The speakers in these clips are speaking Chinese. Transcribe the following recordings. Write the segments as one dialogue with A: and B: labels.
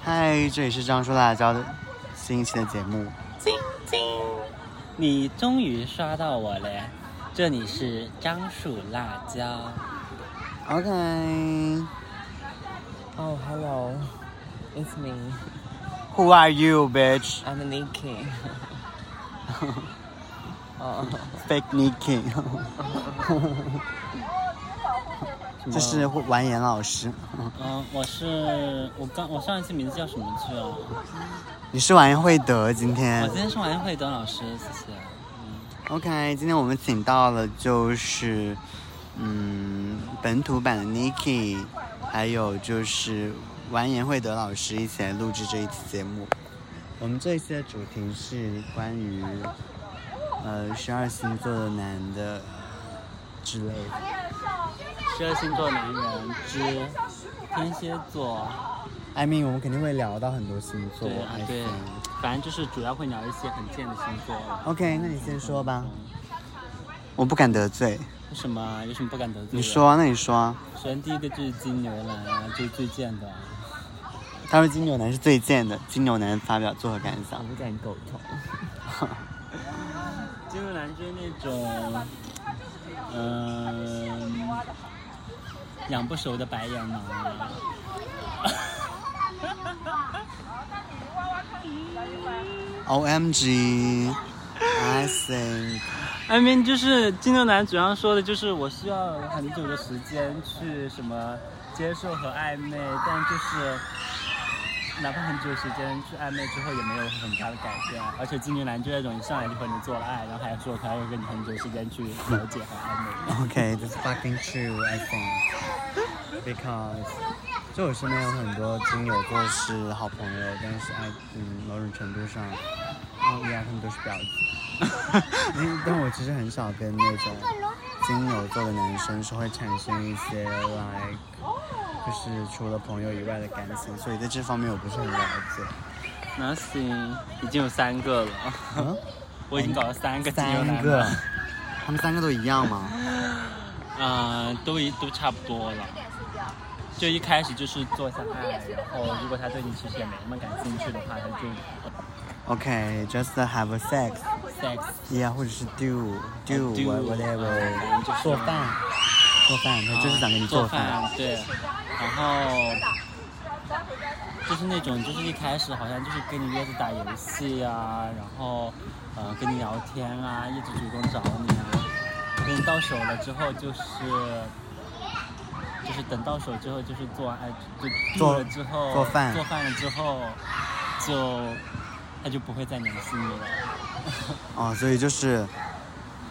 A: 嗨，这里是张叔辣椒的新一期的节目。
B: 晶晶，
C: Oh,
B: 你终于刷到我了，这里是张鼠辣椒。
A: OK，
B: Oh, hello, it's me.
A: Who are you, bitch?
B: I'm Nikki. oh,
A: Fake Nikki，这是完颜老师。
B: 嗯，我是我刚我上一次名字叫什么去了？
A: 你是完颜慧德今
B: 我
A: 天
B: 今天是王彦慧德老师，谢谢。嗯，
A: ？OK，今天我们请到了就是嗯本土版的 Niki，还有就是完颜慧德老师一起来录制这一期节目。我们这一期的主题是关于呃十二星座的男的之类的。
B: 十二星座男人之天蝎座，
A: I mean，我们肯定会聊到很多星座。
B: 对啊
A: I
B: 对
A: think，
B: 反正就是主要会聊一些很贱的星座。
A: OK，那你先说吧。我不敢得罪，
B: 为什么？有什么不敢得罪？
A: 你。说啊，那你说啊。
B: 首先第一个就是金牛男啊，就是最贱的啊，
A: 他说金牛男是最贱的，金牛男发表作何感想？
B: 不敢苟同。金牛男就是那种，嗯、养不熟的白眼狼 啊。
A: OMG。I think，
B: I mean，就是哎金牛男主要说的就是我需要很久的时间去什么接受和暧昧，但就是哪怕很久时间去暧昧之后也没有很大的改变，而且金牛男就那种一上来就和你做了爱，然后还说他要跟你很久时间去了解和暧昧。
A: OK，这是 fucking true。I think because 就我身边有很多金牛座是好朋友，但是爱嗯某种程度上，哦呀，他们都是婊子。因 但我其实很少跟那种金牛座的男生是会产生一些 like 就是除了朋友以外的感情，所以在这方面我不是很了解。
B: Nothing，已经有三个了，
A: 嗯，
B: 我已经搞了三个金牛
A: 三
B: 男
A: 个
B: 了，，
A: 他们三个都一样吗？
B: 啊、都一都差不多了。就一开始就是做一下爱，然后如果他对你其实也没那么感兴趣的话，他就
A: OK，just、have a sex。
B: sex。
A: Yeah，或者是 do do
B: 啊 do，
A: what- whatever，
B: 啊反正就是啊
A: 做饭，做饭，他就是想给你
B: 做
A: 饭。
B: 对，然后就是那种，就是一开始好像就是跟你约着打游戏啊，然后呃跟你聊天啊，一直主动找你啊，跟你到手了之后就是。就是等到手之后，就是做完，就
A: 做
B: 做了之后，
A: 做饭
B: 做饭了之后，就他就不会再联系你了。
A: 哦，所以就是，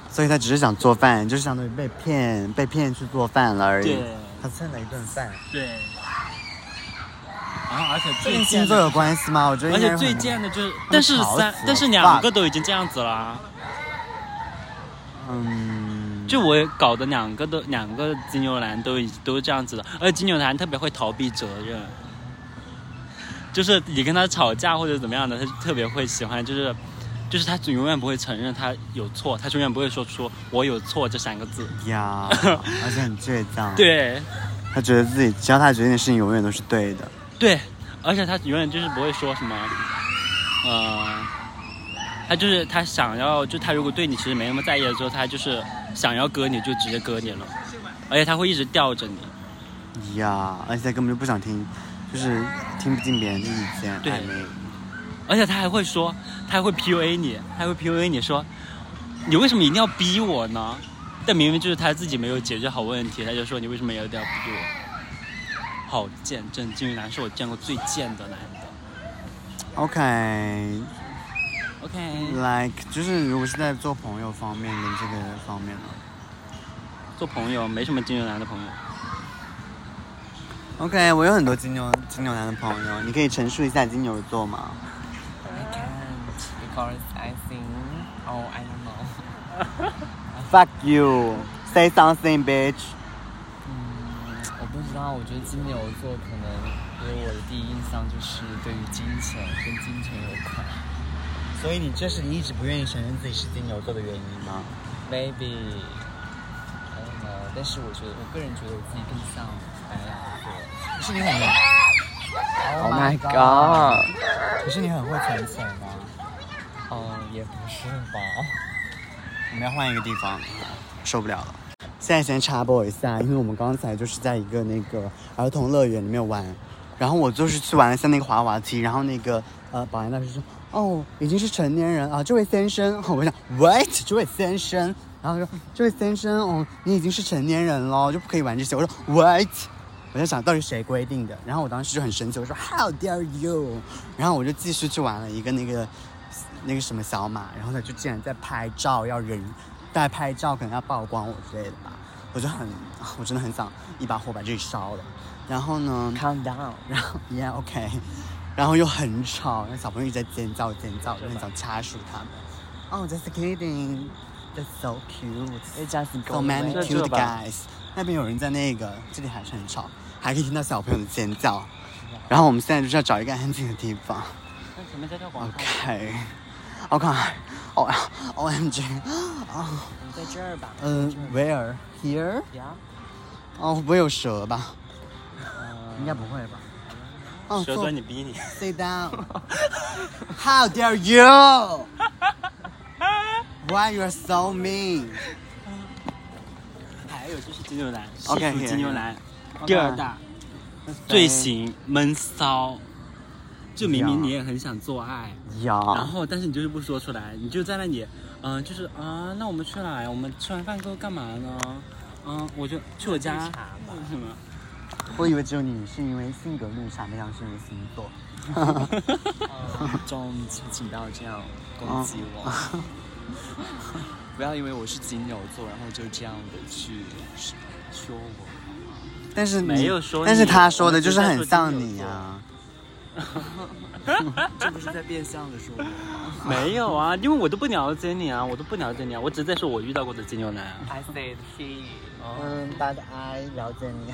A: 所以他只是想做饭，就是相当于被骗，被骗去做饭了而已
B: 对。
A: 他蹭了一顿饭，
B: 对。然后，而且
A: 这
B: 最
A: 跟星
B: 贱的
A: 座有关系吗？我觉得
B: 而
A: 应该
B: 且
A: 是
B: 最
A: 很
B: 贱的就是，但是
A: 吵
B: 三
A: 死，
B: 但是
A: 了
B: 两
A: fuck
B: 个都已经这样子了，啊
A: 嗯，
B: 就我搞的两个都两个金牛男都已都这样子了，而且金牛男特别会逃避责任，就是你跟他吵架或者怎么样的，他就特别会喜欢，就是就是他永远不会承认他有错，他永远不会说出我有错这三个字，
A: 呀，而且很倔强。，
B: 对
A: 他觉得自己只要他决定的事情永远都是对的。
B: 对，而且他永远就是不会说什么，呃。他就是他想要，就他如果对你其实没那么在意的时候，他就是想要割你就直接割你了，而且他会一直吊着你。
A: 呀，而且他根本就不想听，就是听不进别人的意见。
B: 对
A: 暧昧
B: 而且他还会说，他还会 PUA 你，他还会 PUA 你说，你为什么一定要逼我呢？但明明就是他自己没有解决好问题，他就说你为什么一定要逼我？好贱，真金鱼男是我见过最贱的男的。
A: OK，
B: OK，
A: like 就是如果是在做朋友方面跟这个方面的
B: 做朋友没什么金牛男的朋友。
A: ，OK，我有很多金牛金牛男的朋友，你可以陈述一下金牛座吗？
C: I can't because I think oh I don't know.
A: Fuck you，say something bitch。
C: 嗯，Hmm, 我不知道，我觉得金牛座可能给我的第一印象就是对于金钱跟金钱有关。
A: 所以你这是你一直不愿意承认自己是金牛座的原因吗？
C: Maybe I don't know，但是我觉得我个人觉得我自己更像白羊座。
A: 就是你很
C: Oh my god！
A: 可是你很会存钱啊！
C: 哦，也不是吧？
A: 我们要换一个地方，受不了了。现在先插播一下，因为我们刚才就是在一个那个儿童乐园里面玩，然后我就是去玩了一下那个滑滑梯，然后那个呃保安大师说，哦，已经是成年人啊，这位先生， 哦我想 what，这位先生，然后他说这位先生，哦，你已经是成年人了，就不可以玩这些。我说 what，我在想到底谁规定的，然后我当时就很生气，我说 how dare you，然后我就继续去玩了一个那个那个什么小马，然后他就竟然在拍照，要人在拍照，可能要曝光我之类的吧。我就很，啊我真的很想一把火把这里烧了。然后呢
C: Calm down，
A: 然后 yeah OK，然后又很吵，那小朋友一直在尖叫尖叫，就很想插手他们。Oh just kidding, that's so cute,
C: It just
A: so
C: go
A: many
C: away.
B: 在这
A: cute
B: 吧
A: guys。那边有人在那个，这里还是很吵，还可以听到小朋友的尖叫。然后我们现在就是要找一个安静的地方。
B: 那前面在跳广告，
A: OK。OK，哦呀，OMG，啊，
C: 你在这儿吧。
B: 呃
A: 嗯，Where here？
C: 呀，
A: 哦，会不会有蛇吧？
C: 嗯
A: 应该不会吧？哦，
B: 蛇说你逼你，
A: Sit down. How dare you? Why you're so mean?
B: 还有就是金牛男，西
A: OK，
B: 服金牛男，
A: OK
B: 第二大，罪行闷骚，就明明你也很想做爱，
A: 哎
B: 然
A: 呀，
B: 后但是你就是不说出来，你就在那里，嗯、就是啊，那我们去哪呀？我们吃完饭之后干嘛呢？嗯，我就去我家，为什 么？
A: 我以为只有你是因为性格绿茶，没想是因为星座。
C: 众请请不要这样攻击我，哦 不要因为我是金牛座，然后就这样的去说我。
A: 但是你
B: 没有说你
A: 但是他说的就是很像你啊。
C: 这不是在变相的说我吗
B: 没有啊，因为我都不了解你啊，我都不了解你啊，我只是在说我遇到过的金牛男啊。
C: ？I said he，
A: 嗯，But I 了解你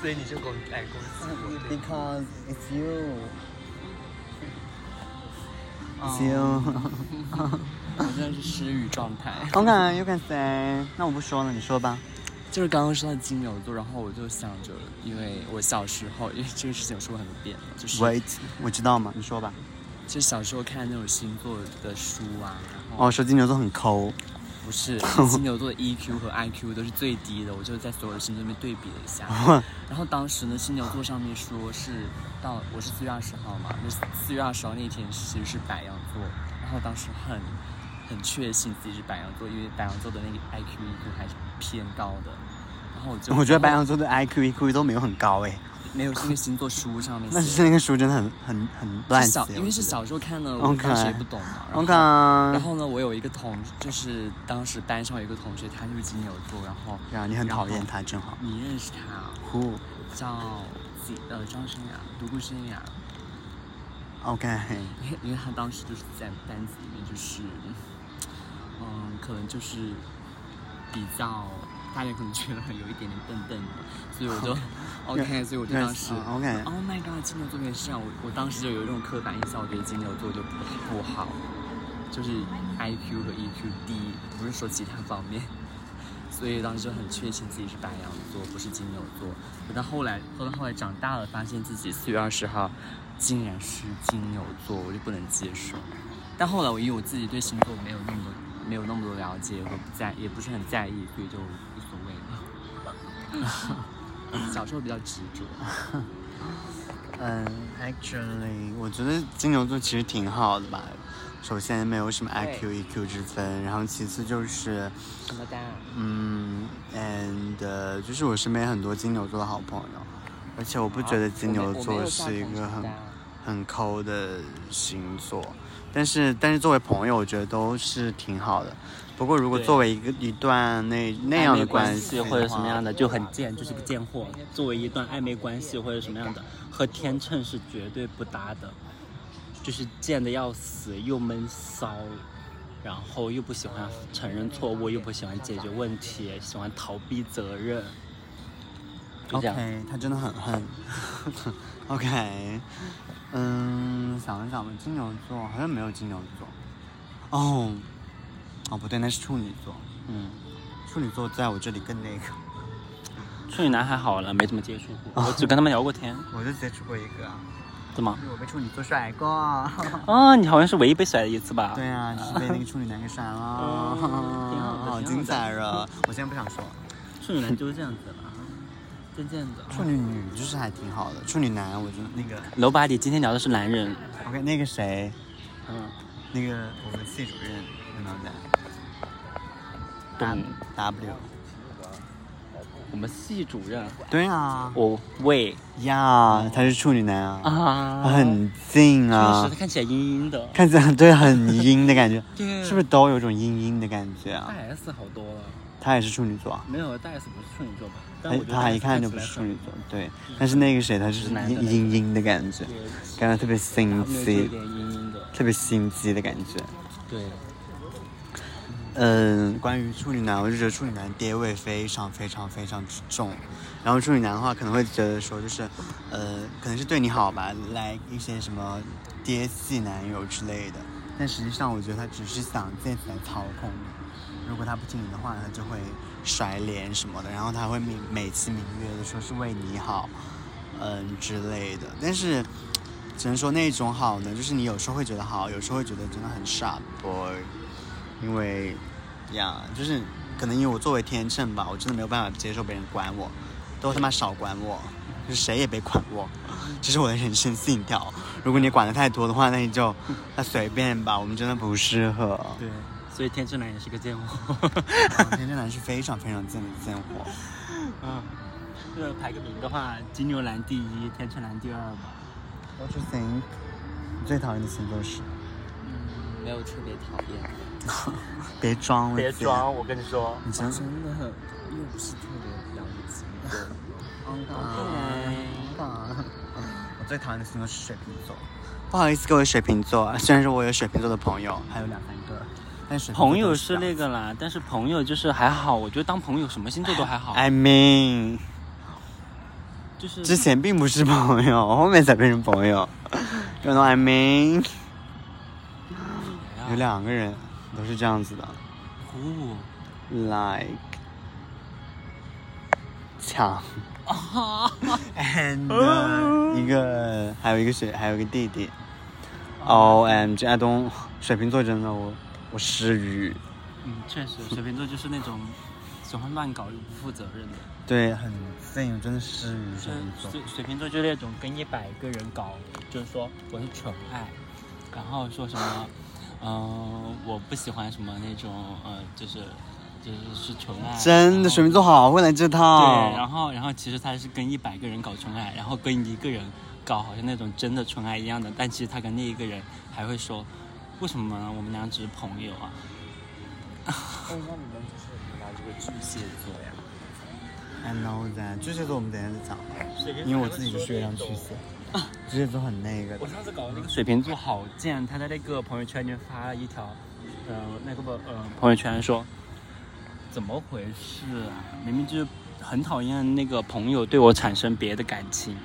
C: 所以你就攻来攻击我。
A: ，because it's you. 嗯 It's you.
C: 我现在是失语状态。
A: OK, you can say. 那我不说了，你说吧。
C: 就是刚刚说到金牛座，然后我就想着，因为我小时候，因为这个事情我说过很多遍了，就是。
A: Wait，我知道吗？你说吧。
C: 就小时候看那种星座的书啊，然后
A: 哦，说金牛座很抠。
C: 不是金牛座的
B: E
C: EQ 和 IQ 都是最低的，我就在所有的星座里面对比了一下。
A: 哦
C: 然后当时呢，金牛座上面说是到我是四月二十号嘛，那四月二十号那天其实是白羊座，然后当时很很确信自己是白羊座，因为白羊座的那个 IQ EQ 还是偏高的。然后我就
A: 我觉得白羊座的 IQ、EQ 都没有很高诶。
C: 没有是那个星座书上面
A: 那
C: 写
A: 是
C: 的。
A: 那个书真的很很很乱
C: 是
A: 写
C: 小，，因为是小时候看的，我
A: OK
C: 当时也不懂嘛。然后
A: 我看
C: 然后呢，我有一个同，就是当时班上有一个同学，他就是金牛座，然后
A: 然后你很讨厌他，正好。
C: 你认识他啊，
A: 酷
C: 叫几呃张生雅，独孤生雅，
A: ，OK，
C: 因为因为他当时就是在班级里面就是，嗯，可能就是比较大家可能觉得有一点点笨笨的，所以我就 OK，所以我就当时
A: Yes，嗯，OK
C: Oh my god，金牛座也是啊，我我当时就有一种刻板印象，我觉得金牛座就不好，就是 IQ 和 EQ 低，不是说其他方面。所以当时就很确信自己是白羊座，不是金牛座。等到后来，后来后来长大了，发现自己四月二十号竟然是金牛座，我就不能接受。但后来我因为我自己对星座没有那么多没有那么多了解，我不在也不是很在意，所以就无所谓了。 小时候比较执着，
A: 嗯，Actually，我觉得金牛座其实挺好的吧。首先没有什么 IQ、
C: 对
A: EQ 之分，然后其次就是，
C: 什么啊蛋？
A: 嗯，and 呃就是我身边很多金牛座的好朋友，而且我不觉得金
B: 哦
A: 牛座是一个很
C: 啊
A: 很抠的星座，但是但是作为朋友，我觉得都是挺好的。不过如果
B: 对
A: 作为一个一段那那样
B: 暧昧
A: 的
B: 关
A: 系
B: 系或者什么样
A: 的
B: 的就很贱，就是个贱货。作为一段暧昧关系或者什么样的，和天秤是绝对不搭的，就是贱的要死，又闷骚，然后又不喜欢承认错误，又不喜欢解决问题，喜欢逃避责任，就
A: 话
B: 这样。
A: ，OK，他真的很 恨。OK，嗯，想一想吧，金牛座好像没有金牛座。哦，哦不对，那是处女座，
B: 嗯，
A: 处女座在我这里更那个。
B: 处女男还好了，没怎么接触过，我只跟他们聊过天。
A: 我就接触过一个啊，
B: 怎 么？
A: 因为我被处女座甩过。
B: 啊，你好像是唯一被甩的一次吧？
A: 对啊，就是被那个处女男给甩了，
B: 嗯挺好的
A: 好
B: 挺好
A: 精
B: 的
A: 彩啊！我现在不想说，
B: 处女男就是这样子了，渐渐的。
A: 处女女就是还挺好的，处女男我就那个
B: 楼巴迪今天聊的是男人，
A: ，OK，那个谁，
B: 嗯，
A: 那个我们系主任有没有在
B: 懂。
A: ？W，
B: 我们系主任，
A: 对啊，
B: 我喂
A: 呀，他是处女男啊，
B: 啊，
A: 很近
B: 确实
A: 啊
B: 他，看起来阴阴的。
A: 看起来对很阴的感觉，
B: 对
A: 是不是都有种阴阴的感觉
B: 大
A: 啊？
B: S 好多了，
A: 他也是处女座啊。
B: 没有大 S 不是处女座吧？但
A: 他
B: 我觉得
A: 他
B: 大 S
A: 一看就
B: 起
A: 不
B: 来
A: 是处女座，对，
B: 是
A: 但是那个谁，他就是
B: 是男的
A: 阴
B: 那个
A: 阴阴的感觉
B: 很，对，
A: 感觉特别心
B: 他们就有
A: 机，
B: 点阴阴的，
A: 特别心机的感觉。
B: 对，
A: 嗯，关于处女男，我就觉得处女男爹味非常非常非常之重。然后处女男的话，可能会觉得说，就是，呃，可能是对你好吧，来一些什么爹系男友之类的。但实际上，我觉得他只是想借此来操控你。如果他不听你的话，他就会甩脸什么的，然后他会美美其名曰的说是为你好，嗯之类的。但是只能说那一种好呢，就是你有时候会觉得好，有时候会觉得真的很傻 boy。因为呀，就是可能因为我作为天秤吧，我真的没有办法接受别人管我，都他妈少管我，就是谁也别管我，这是我的人生信条。如果你管的太多的话，那你就那随便吧，我们真的不适合。
B: 对，所以天秤男也是个贱货。
A: 嗯天秤男是非常非常贱的贱货。
B: 嗯，呃，排个名的话，金牛男第一，天秤男第二吧。
A: What you think？你最讨厌的星座是？
C: 嗯，没有特别讨厌
A: 嗯
C: 的，
A: 别装了，
B: 别
A: 姐
B: 装，我跟你说，
A: 你真是
C: 真的又不是特别了解。
A: 嗯
B: 嗯
A: 我最讨厌的星座是水瓶座。不好意思，各位水瓶座，虽然说我有水瓶座的朋友，还有两三个，但水瓶座
B: 朋友
A: 都少
B: 是那个啦，但是朋友就是还好，我觉得当朋友什么星座都还好，
A: I mean，
B: 就是
A: 哎之前并不是朋友，后面才变成朋友。You know I mean？有
B: 啊
A: 两个人都是这样子的
B: 哦
A: ，like 强
B: 哦
A: ，and 呃一个还有一个水，还有一个弟弟。O M G，I don't，水瓶座真的我我失语。
B: 嗯，确实，水瓶座就是那种喜欢乱搞又不负责任的。
A: 对，很近，真的失语水瓶座。
B: 水水瓶座就是那种跟一百个人搞，就是说我是纯爱，然后说什么，嗯、我不喜欢什么那种，呃，就是就是是纯爱。啊
A: 真的，水瓶座好会来这
B: 然
A: 套。
B: 后。对，然后然后其实他是跟一百个人搞纯爱，然后跟一个人搞好像那种真的纯爱一样的，但其实他跟那一个人还会说，为什么呢我们俩只是朋友啊？
C: 那你们就是你来这个巨蟹座呀？
A: I know that，巨蟹座我们等一下再讲吧，
B: 水瓶
A: 因为我自己就是月亮巨蟹，巨蟹座很那个
B: 我
A: 的。
B: 上次搞的那个水瓶座好贱，他在那个朋友圈里面发了一条，呃，那个不，呃，朋友圈说，怎么回事啊？明明就是很讨厌那个朋友对我产生别的感情，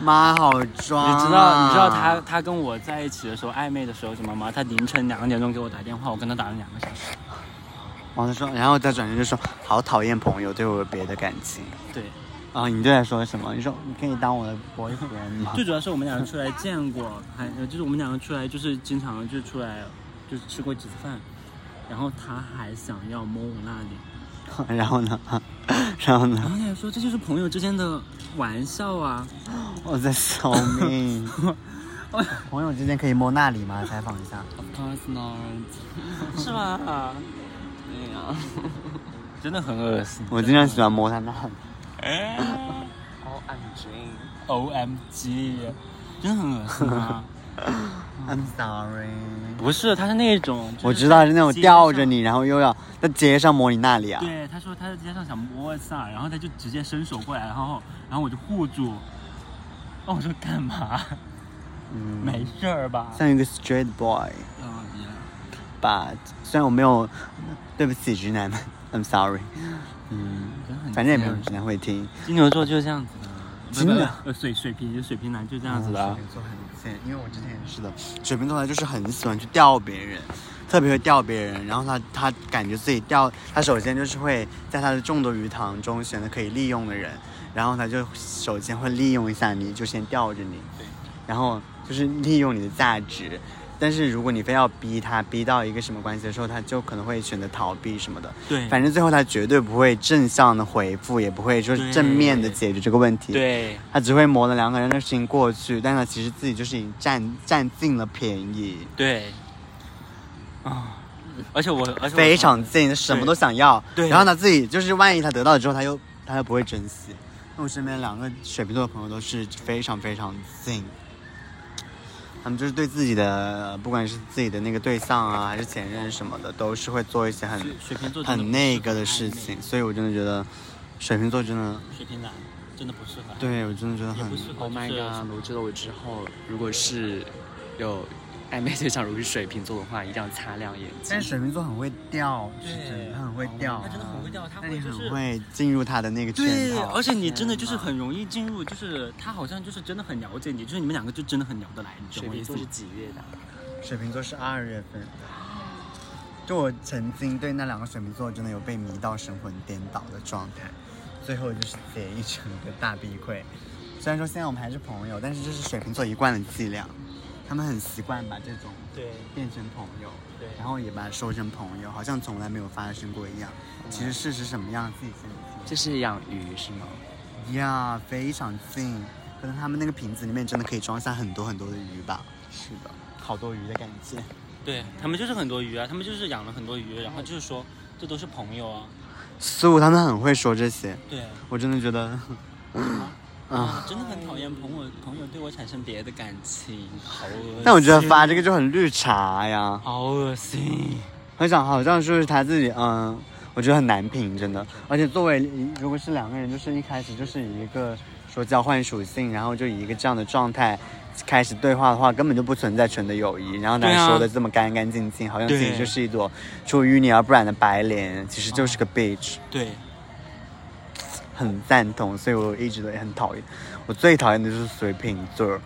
A: 妈好装、啊，
B: 你知道你知道他他跟我在一起的时候暧昧的时候什么吗？他凌晨两点钟给我打电话，我跟他打了两个小时。
A: 哦然后他说，然后再转身就说，好讨厌朋友对我有别的感情。
B: 对，
A: 啊，你对他说什么？你说你可以当我的 boyfriend 吗？
B: 最主要是我们两个出来见过，还呃就是我们两个出来就是经常就出来就是吃过几次饭，然后他还想要摸我那里。
A: 然后呢？然后
B: 然
A: 呢？
B: 后他也说这就是朋友之间的玩笑啊，
A: 我在扫 命。朋友之间可以摸那里吗？采访一下。
C: Of course not。
B: 是吧？
C: 对啊呀。
B: 真的很恶心。
A: 我经常喜欢摸他那里。
C: O M G。
B: O M G，真的很恶心 啊！
A: I'm sorry。
B: 不是，他是那种，就是
A: 我知道是那种
B: 在街
A: 吊着
B: 上。
A: 你，然后又要在街上摸你那里啊。
B: 对，他说他在街上想摸一下，然后他就直接伸手过来，然后然后我就护住，然后我说干嘛？
A: 嗯
B: 没事儿吧？
A: 像一个 straight boy 哦
B: 嗯，别
A: 吧。虽然我没有，对不起直男们，I'm sorry。嗯，
B: 真的很
A: 反正也没
B: 贱
A: 有直男会听。
B: 金牛座就是这样子的。
A: 真的嗯
B: 不是呃水水瓶水瓶男就这样子的
A: 水。
B: 啊
A: 瓶座很贱，因为我之前嗯也是的。水瓶座他就是很喜欢去吊别人，特别会吊别人。然后他他感觉自己吊，他首先就是会在他的众多鱼塘中选择可以利用的人，然后他就首先会利用一下你，就先吊着你，
B: 对
A: 然后就是利用你的价值。但是如果你非要逼他，逼到一个什么关系的时候，他就可能会选择逃避什么的。
B: 对，
A: 反正最后他绝对不会正向的回复，也不会说
B: 对
A: 正面的解决这个问题。
B: 对
A: 他只会磨了两个人的事情过去，但他其实自己就是已经占占尽了便宜，
B: 对啊，而且我而且我
A: 非常尽，什么都想要。
B: 对
A: 然后他自己就是万一他得到了之后，他又他又不会珍惜。那我身边两个水瓶座的朋友都是非常非常尽，他们就是对自己的不管是自己的那个对象啊，还是前任什么的，都是会做一些很
B: 水水瓶座真的
A: 很
B: 不
A: 那
B: 适合
A: 个的
B: 暧
A: 事
B: 昧
A: 情，，所以我真的觉得水瓶座真的，
B: 哎水瓶男真的不适合。
A: 对我真的觉得
B: 也
A: 很
B: 不适合
C: Oh my
B: 就是
C: god！我觉得我之后如果是有暧昧对象，如果是水瓶座的话，一定要擦亮眼睛
A: 但。是水瓶座很会掉，
B: 对
A: 是真的，他很会掉，啊
B: 他真的很会掉，他
A: 那你
B: 会就
A: 很
B: 是。
A: 会进入他的那个圈
B: 对，
A: 套
B: 而。且你真的就是
C: 天哪
B: 很容易进入，就是他好像就是真的很了解你，就是你们两个就真的很聊得来，你
C: 水
B: 懂我意
C: 瓶
B: 思
C: 座
B: 吗
C: 是？几月的啊？
A: 水瓶座是二月份的，就我曾经对那两个水瓶座真的有被迷到神魂颠倒的状态，最后就是解一整个大崩溃。虽然说现在我们还是朋友，但是这是水瓶座一贯的伎俩，他们很习惯把这种
B: 对
A: 变成朋友，
B: 对
A: 然后也把它收成朋友，好像从来没有发生过一样。其实事实什么样，自己心里清楚。
C: 这是养鱼是吗？
A: 呀非常近，可能他们那个瓶子里面真的可以装下很多很多的鱼吧。是的，好多鱼的感觉。
B: 对，他们就是很多鱼啊，他们就是养了很多鱼，然后就是说这都是朋友啊，
A: 苏，他们很会说这些，
B: 对，
A: 我真的觉得， 啊。
B: 真的很讨厌朋友朋友对我产生别的感情，好恶心。
A: 但我觉得发这个就很绿茶呀，
B: 好恶心，
A: 很想好像说是他自己，嗯，我觉得很难评，真的。而且作为如果是两个人，就是一开始就是一个说交换属性，然后就以一个这样的状态开始对话的话，根本就不存在纯的友谊。然后他
B: 对啊
A: 说的这么干干净净，好像自己
B: 对
A: 就是一朵出淤泥而不染的白莲，其实就是个 bitch，
B: 对，
A: 很赞同。所以我一直都也很讨厌，我最讨厌的就是水瓶座，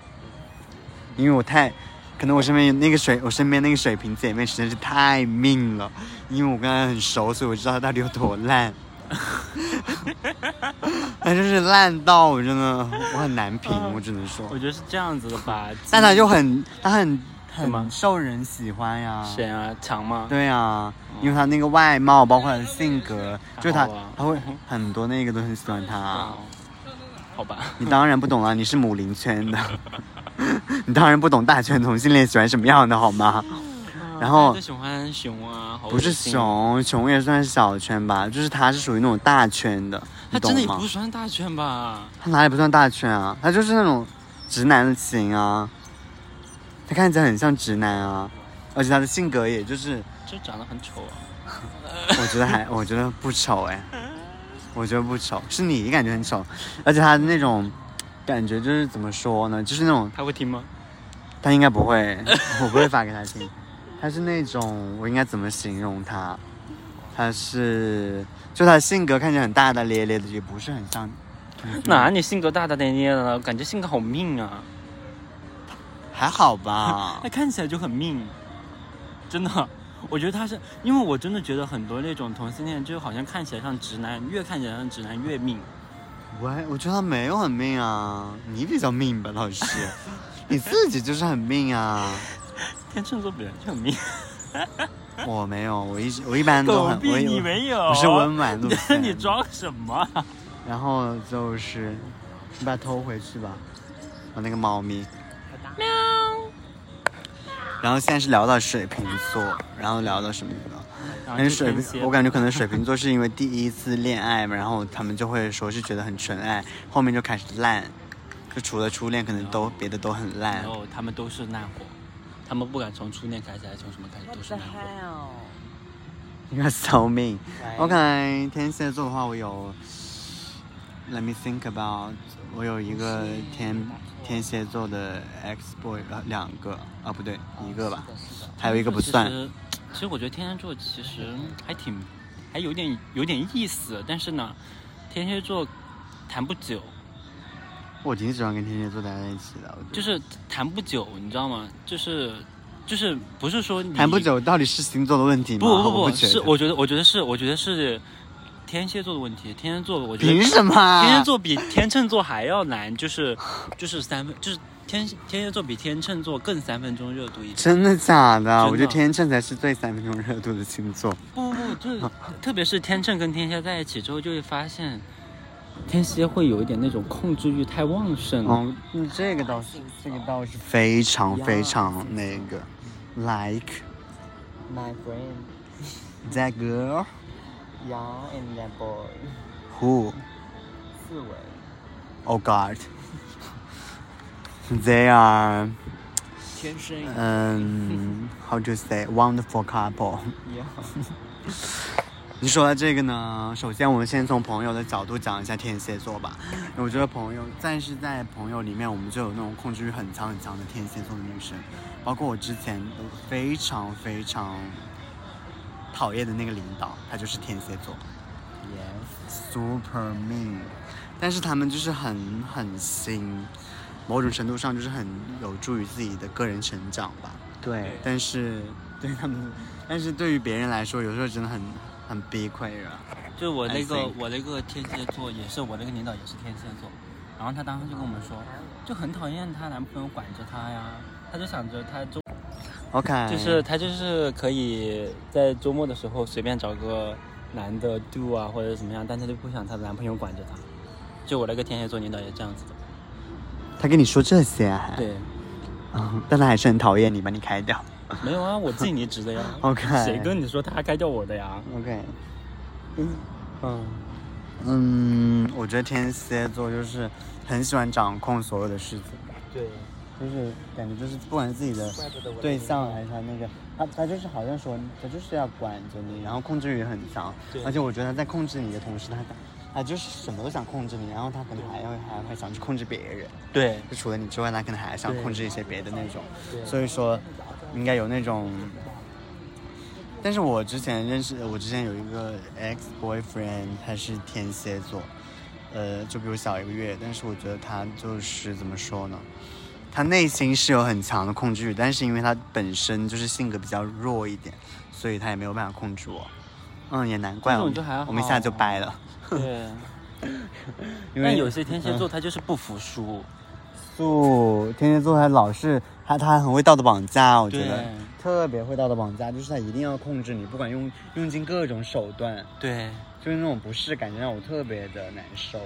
A: 因为我太。可能我身边有那个水，我身边那个水瓶姐妹实在是太命了，因为我跟她很熟，所以我知道她到底有多烂。 她就是烂到我真的，我很难评，
B: 嗯
A: 我只能说。
B: 我觉得是这样子的吧。
A: 但他就很，他很
B: 什么
A: 很受人喜欢呀。
B: 谁啊？强吗？
A: 对
B: 嗯
A: 啊，因为他那个外貌，包括他的性格，就是他
B: 然后啊
A: 他会很多那个都很喜欢他。
B: 啊，好 吧，
A: 你当然不懂了，啊你是母零圈的， 你当然不懂大圈同性恋喜欢什么样的好吗？
B: 嗯
A: 然后
B: 最喜欢熊啊，好
A: 不是
B: 恶心，
A: 熊，熊也算是小圈吧，就是他是属于那种大圈的，
B: 他
A: 你
B: 真的
A: 懂
B: 也
A: 吗
B: 不？算大圈吧？
A: 他哪里不算大圈啊？他就是那种直男的型啊，他看起来很像直男啊，而且他的性格也就是。
B: 就长得很丑啊。
A: 我觉得 还，我觉得不丑哎，我觉得不丑，是你感觉很丑，而且他那种感觉就是怎么说呢，就是那种
B: 他会听吗？
A: 他应该不会， 我不会发给他听，他是那种我应该怎么形容他？他是就他性格看起来很大大咧咧的，也不是很像，
B: 哪你性格大大咧咧的了？感觉性格好命啊！
A: 还好吧
B: 他？哎看起来就很命，真的。我觉得他是因为我真的觉得很多那种同性恋，就好像看起来像直男，越看起来像直男越命。
A: 我还我觉得他没有很命啊，你比较命吧， 老师，你自己就是很命啊。
B: 天秤座本来就很命，
A: 我没有，我一直我一般都
B: 狗
A: 很，
B: 屁
A: 我
B: 你没有？
A: 我是温婉路线
B: 你装什么？
A: 然后就是你把它偷回去吧，我那个猫咪。然后现在是聊到水瓶座，然后聊到什么呢？
B: 然后
A: 但
B: 就是
A: 水
B: 天
A: 瓶，
B: 蝎
A: 我感觉可能水瓶座是因为第一次恋爱嘛，然后他们就会说是觉得很纯爱，后面就开始烂，就除了初恋，可能都别的都很烂
B: 然。后哦他们都是烂货，他们不敢从初恋开始，还是从什么开始都是烂货。
A: You are so mean. OK，天蝎座的话，我有，Let me think about，我有一个天天蝎座的 X boy，呃，两个啊，不对，一个吧，还有一个不
B: 其
A: 算。
B: 实，嗯其实我觉得天蝎座其实还挺，还有点有点意思，但是呢，天蝎座谈不久，
A: 我挺喜欢跟天蝎座待在一起的，我觉得
B: 就是谈不久，你知道吗？就是就是不是说你
A: 谈不久到底是星座的问题吗？
B: 不不
A: 我不
B: 不，
A: 觉得
B: 是我觉得，我觉得是，我觉得是天蝎座的问题。天蝎座，我觉得
A: 凭什么啊？
B: 天蝎座比天秤座还要难，就是就是三分，就是天天蝎座比天秤座更三分钟热度一点。
A: 真的假的？
B: 的
A: 我觉得天秤才是最三分钟热度的星座。
B: 不不不，
A: 嗯
B: 就是特别是天秤跟天蝎在一起之后，就会发现天蝎会有一点那种控制欲太旺盛了。
A: 嗯，嗯这个倒是，这个倒是非常非常那个，like
D: My friend,
A: that girl
D: y'all and that boy.
A: who,
D: 四维
A: oh god, they are,
D: 天生
A: 嗯、h o w to say wonderful couple。
D: 一样。
A: 你说到这个呢，首先我们先从朋友的角度讲一下天蝎座吧。我觉得朋友，但是在朋友里面，我们就有那种控制欲很强很强的天蝎座的女生，包括我之前都非常非常讨厌的那个领导，他就是天蝎座。super mean，但是他们就是很狠心，某种程度上就是很有助于自己的个人成长吧。
D: 对
A: 但是对他们，但是对于别人来说，有时候真的很很啊崩溃了。
B: 就我那
A: I
B: 个
A: think-
B: 我那个天蝎座也是我那个领导也是天蝎座，然后她当时就跟我们说，就很讨厌她男朋友管着她呀，她就想着她周
A: OK，
B: 就是她就是可以在周末的时候随便找个男的 do 啊或者怎么样，但她就不想她男朋友管着她。就我那个天蝎座领导也这样子的，
A: 他跟你说这些、啊，，
B: 对，
A: 嗯，但他还是很讨厌你，把你开掉。
B: 没有啊，我自己离职的呀
A: OK
B: 谁跟你说他该叫我的呀？
A: OK，
B: 嗯，
A: 嗯，我觉得天蝎座就是很喜欢掌控所有的事情。
B: 对，
A: 就是感觉就是不管是自己的对象还是他那个，他他就是好像说他就是要管着你，然后控制欲很强，
B: 对
A: 而且我觉得他在控制你的同时，他他就是什么都想控制你，然后他可能还要还会想去控制别人，
B: 对，
A: 就除了你之外，他可能还想控制一些别的那种，
B: 对
A: 所以说应该有那种。但是我之前认识，我之前有一个 ex boyfriend，他是天蝎座，呃，就比我小一个月，但是我觉得他就是怎么说呢？他内心是有很强的控制欲，但是因为他本身就是性格比较弱一点，所以他也没有办法控制我。嗯，也难怪
B: 这
A: 我
B: 种
A: 们
B: 就还好
A: 我们一下就掰了，
B: 对。
A: 因
B: 但
A: 为
B: 有些天蝎座他就是不服输，
A: 素天蝎座还老是他他很会道德绑架，我觉得
B: 对
A: 特别会道德绑架，就是他一定要控制你，不管用用尽各种手段，
B: 对。
A: 就是那种不适感觉让我特别的难受。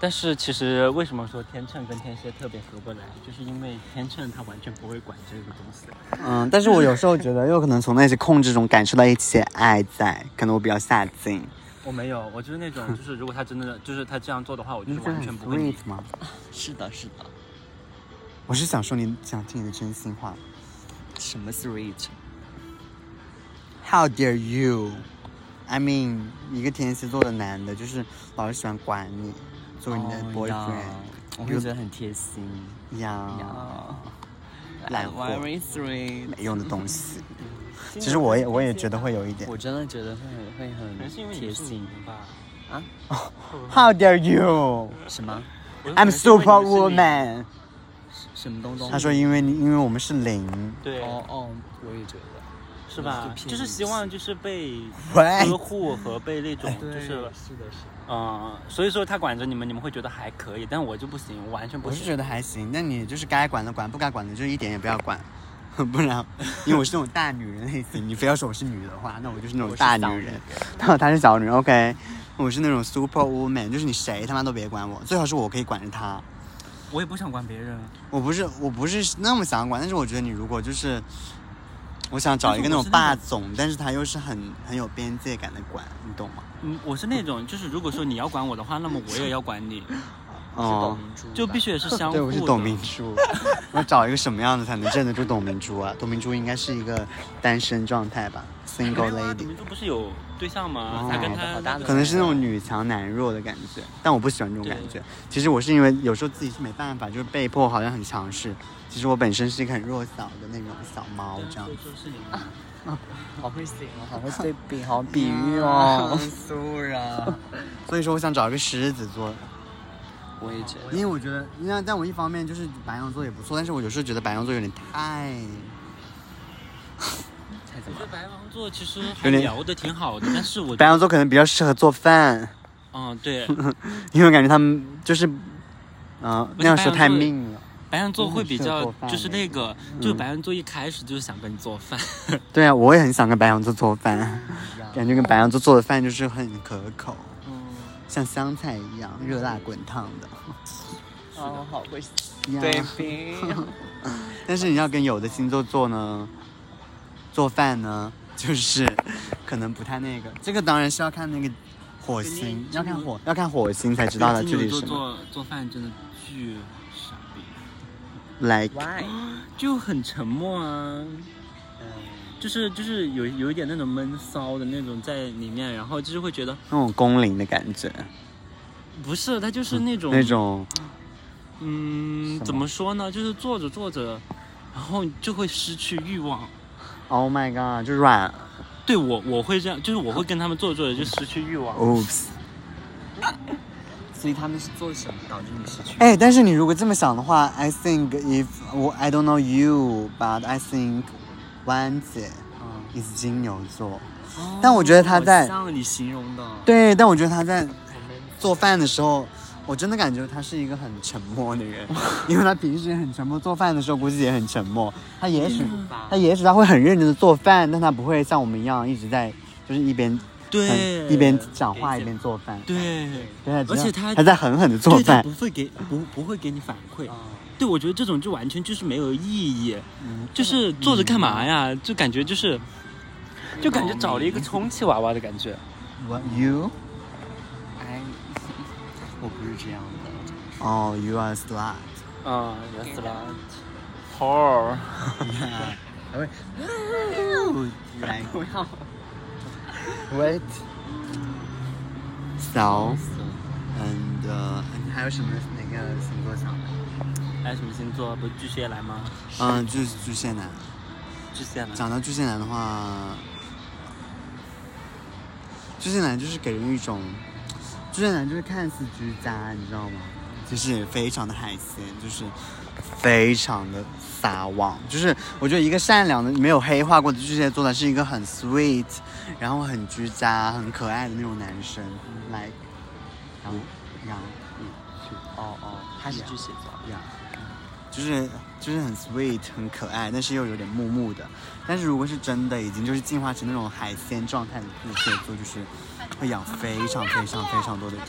B: 但是其实为什么说天秤跟天蝎特别合不来，就是因为天秤他完全不会管这个东西。
A: 嗯，但是我有时候觉得，又可能从那些控制中感受到一些爱在，可能我比较下劲，
B: 我没有，我就是那 种，就是如果他真的就是他这样做的话，我就
A: 你
B: 是
A: 不是
B: 完
A: 很
B: 全不会理。
A: sweet 吗？
C: 是的，是的。
A: 我是想说你想听你的真心话
C: 什么 sweet？
A: ，How dare you？I mean，一个天蝎座的男的，就是老是喜欢管你，作为你的
B: 哦
A: boyfriend，
C: Oh 我会觉得很贴心。
A: 呀、
C: 来
A: 懒货
C: ，very sweet。
A: 没用的东西。其实我也我也觉得会有一点。
C: 我真的觉得会很会
B: 可能
C: 很
B: 是因为
C: 贴
B: 你是
C: 心
B: 女的吧？
A: How dare you?
C: 什么
B: 我就可
A: I'm
B: 能是因为
A: super
B: 你是女
A: woman。
C: 什么东东？
A: 他说，因为你因为我们是零。
B: 对，
C: 哦哦，我也觉得。
B: 是吧？
C: 就
B: 就是希望就是 被
A: 喂，
B: 呵护和被那 种就是
C: 是的，是的。
B: 嗯，所以说他管着你们，你们会觉得还可以，但我就不行，我完全不
A: 我是
B: 行。
A: 觉得还行，那你就是该管的管，不该管的就一点也不要管， 不然，因为我是那种大女人类型，你非要说我是女的话，那我就是那种大女人，那她是小女人，OK，我是那种 super woman，就是你谁他妈都别管我，最好是我可以管着她。
B: 我也不想管别人，啊
A: 我不是我不是那么想管，但是我觉得你如果就是，我想找一个那
B: 但是
A: 种
B: 我是那种
A: 霸总，但是他又是很很有边界感的管，你懂吗？
B: 嗯，我是那种就是如果说你要管我的话，那么我也要管你，
A: 哦，
B: 就必须也是相互
A: 对，
B: 的。
A: 我是董明 珠。我找一个什么样的才能镇得住董明珠啊？董明珠应该是一个单身状态吧，single
B: 没有啊董
A: lady，
B: 明珠不是有对象吗
A: 哦？
B: 她跟他
C: 好大的
A: 可能是那种女强男弱的感觉，但我不喜欢这种感觉。其实我是因为有时候自己是没办法，就是被迫好像很强势。其实我本身是一个很弱小的那种小猫啊这样。
B: 就是
C: 好会写哦，好
D: 好
C: 会
D: 会对比，好
A: 比
D: 比
A: 喻
D: 喻
A: 哦
B: 嗯
D: 哦。，
B: 啊
A: 苏然。所以说，我想找一个狮子座，
C: 我也觉得。
A: 因为我觉得，因为但我一方面就是白羊座也不错，但是我有时候觉得白羊座有点太
C: 太怎
B: 我
C: 么
B: 觉得白羊座其实还
A: 有点
B: 聊的挺好的，但是我
A: 白羊座可能比较适合做饭，
B: 嗯 对，
A: 因为感觉他们就是，嗯、那样说太命了。
B: 白羊座会比
A: 嗯是
B: 较
A: 做饭嗯
B: 就是
A: 类
B: 那个，就白羊座一开始就是想跟你做饭，
A: 对啊，我也很想跟白羊座做饭，感觉跟白羊座做的饭就是很可口，
B: 嗯，
A: 像香菜一样热辣滚烫的。啊
D: 哦，好会
A: 呀
D: 对比。
A: 但是你要跟有的星座做呢，做饭呢， 就是可能不太那个。这个当然是要看那个火星，要看火，要看火星才知道 它
B: 金
A: 具体
B: 牛
A: 是
B: 座
A: 什么。
B: 做做饭真的巨傻逼，
A: Like，
D: Why？
B: 就很沉默啊，
C: 嗯
B: 就是就是有有一点那种闷骚的那种在里面，然后就是会觉得
A: 那种工龄的感觉，
B: 不是他就是那种
A: 那种
B: 嗯
A: 什
B: 怎
A: 么
B: 么说呢，就是做着做着，然后就会失去欲望。
A: Oh my god，就软
B: 对我我会这样，就是我会跟他们做着做着就失去欲望。
A: ，Oops。
C: 哦所以他们是做什么导致你失去？
A: 哎，但是你如果这么想的话，I think if 我 I don't know you, but I think 弯姐
B: 嗯
A: is 金牛座。但我觉得他在
C: 我像你形容的，
A: 对，但我觉得他在做饭的时候，我真的感觉他是一个很沉默的 人，因为他平时也很沉默，做饭的时候估计也很沉默。他也许
B: 嗯
A: 他也许他会很认真的做饭，但他不会像我们一样一直在就是一边
B: 对，
A: 很一边讲话一边做饭。
B: 对。
A: 对，
B: 而且他
A: 他在狠狠的做
B: 对他
A: 饭
B: 不，会给不不会给你反馈。对，我觉得这种就完全就是没有意义，就是坐着干嘛呀？就感觉就是，就感觉找了一个充气娃娃的感觉。
A: What you?
C: 哎，我不是这样的。
A: Oh, you are slut.
B: 啊，原死啦！猴，
A: 来，不要。Wait. So, and uh, and 还有什么哪个星座想？
B: 哎，什么星座？不是巨蟹来吗？
A: 嗯，巨巨蟹男。
B: 巨蟹来。
A: 讲到巨蟹男的话，巨蟹男就是给人一种，巨蟹男就是看似居家，你知道吗？就是也非常的海鲜，就是非常的撒网，就是我觉得一个善良的、没有黑化过的巨蟹座呢，是一个很 sweet，然后很居家、很可爱的那种男生，like 杨杨
C: 哦哦，他是巨蟹座。
A: 呀，嗯就是就是很 sweet 很可爱，但是又有点木木的。但是如果是真的，已经就是进化成那种海鲜状态的巨蟹座，就是会养非常非常非常多的鱼，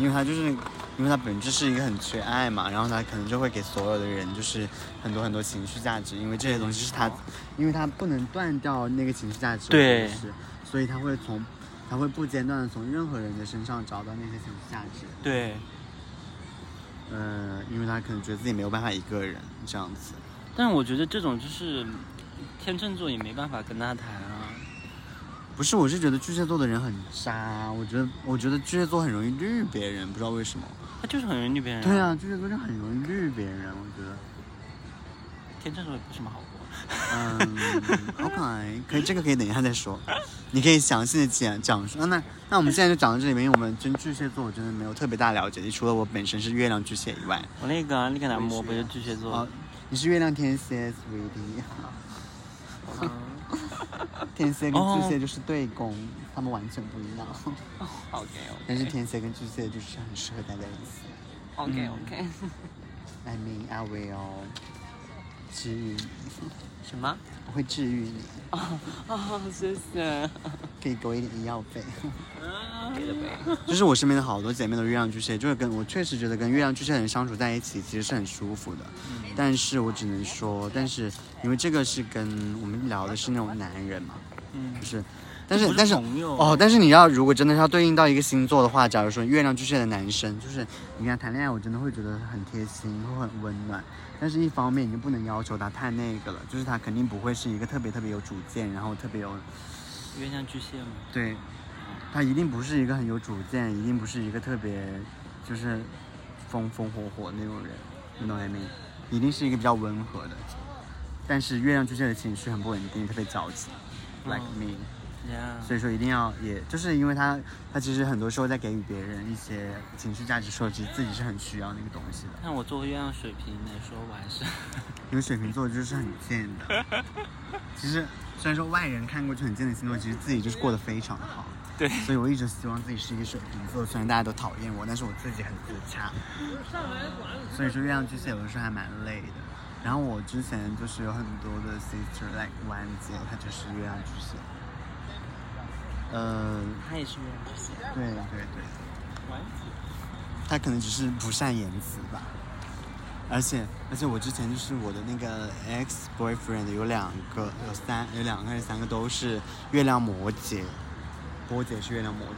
A: 因为它就是因为它本质是一个很缺爱嘛，然后它可能就会给所有的人就是很多很多情绪价值，因为这些东西是它，因为它不能断掉那个情绪价值，
B: 对
A: 我觉得是，所以它会从。它会不间断的从任何人的身上找到那些情绪价值，
B: 对，
A: 嗯，因为他可能觉得自己没有办法一个人这样子。
B: 但我觉得这种就是天秤座也没办法跟他谈啊。
A: 不是，我是觉得巨蟹座的人很渣，我觉得我觉得巨蟹座很容易绿别人，不知道为什么。
B: 他就是很容易被人。
A: 对，啊，巨蟹座就很容易绿别人，我觉得。
B: 天秤座也不是什么好过。
A: 嗯，OK，可以，这个可以等一下再说。你可以详细的讲讲述。那那我们现在就讲到这里面，因为我们真巨蟹座我真的没有特别大了解，除了我本身是月亮巨蟹以外。
B: 我那个啊那个男模不是啊巨蟹
A: 哦
B: 座，，
A: 你是月亮天蝎，sweetie。天蝎跟巨蟹就是对攻，他们完全不一样。
D: OK
A: 但是天蝎跟巨蟹就是很适合待在一起。
D: OK OK。
A: I mean, I will 治愈你，
D: 什么？
A: 我会治愈你，
D: 哦，谢 谢。
A: 可以给我一点医药费。
D: 给了呗。
A: 就是我身边的好多姐妹都是月亮巨蟹，就是跟我确实觉得跟月亮巨蟹的人相处在一起其实是很舒服的。但是我只能说，但是因为这个是跟我们聊的是那种男人嘛，
B: 嗯
A: 就是，但是
B: 不是
A: 但是
B: 朋友
A: 哦，但是你要如果真的是要对应到一个星座的话，假如说月亮巨蟹的男生，就是你跟他谈恋爱，我真的会觉得很贴心，会很温暖。但是一方面你就不能要求他太那个了，就是他肯定不会是一个特别特别有主见，然后特别有
B: 月亮巨蟹嘛。
A: 对，他一定不是一个很有主见，一定不是一个特别就是风风火火那种人，你懂 what I mean？一定是一个比较温和的。但是月亮巨蟹的情绪很不稳定，特别着急，like
B: 嗯
A: me。
B: 呀
A: 所以说一定要也，就是因为他他其实很多时候在给予别人一些情绪价值的时候，其实自己是很需要那个东西的。
B: 看我作为月亮水瓶来说，我还是
A: 因为水瓶座就是很贱的，其实虽然说外人看过去很贱的星座，其实自己就是过得非常好。
B: 对
A: 所以我一直希望自己是一个水瓶座，虽然大家都讨厌我，但是我自己很自洽。所以说月亮巨蟹有的时候还蛮累的。然后我之前就是有很多的 sister like 丸姐，她就是月亮巨蟹。呃，
B: 他也是月亮水瓶，
A: 对对对，
B: 丸子
A: 她可能只是不善言辞吧。而且而且我之前就是我的那个 ex boyfriend 有两个有三有两个还是三个都是月亮摩羯，波姐是月亮摩羯，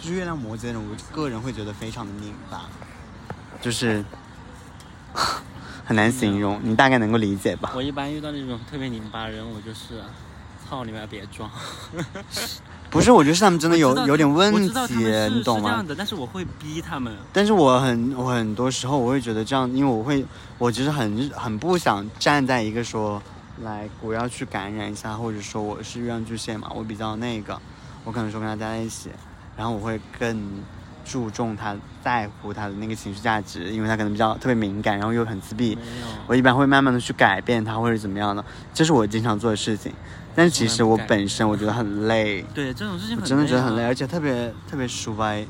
A: 就是月亮摩羯的人，我个人会觉得非常的拧巴，就是很难形容，你大概能够理解吧？
B: 我一般遇到那种特别拧巴的人，我就是操你妈别装。
A: 不是，我觉得是他们真的
B: 我
A: 有
B: 知道
A: 有点问
B: 我
A: 题
B: 知道他们是，
A: 你懂
B: 是这
A: 吗
B: 样？的，但是我会逼他们。
A: 但是我很我很多时候我会觉得这样，因为我会我其实很很不想站在一个说来我要去感染一下，或者说我是月亮巨蟹嘛，我比较那个，我可能说跟他在一起，然后我会更注重他在乎他的那个情绪价值，因为他可能比较特别敏感，然后又很自闭。
B: 没有，
A: 我一般会慢慢的去改变他，或者怎么样的，这是我经常做的事情。但其实我本身我觉得很累，
B: 对这种事情
A: 我
B: 很
A: 真的觉得很累，
B: 啊
A: 而且特别特别舒歪。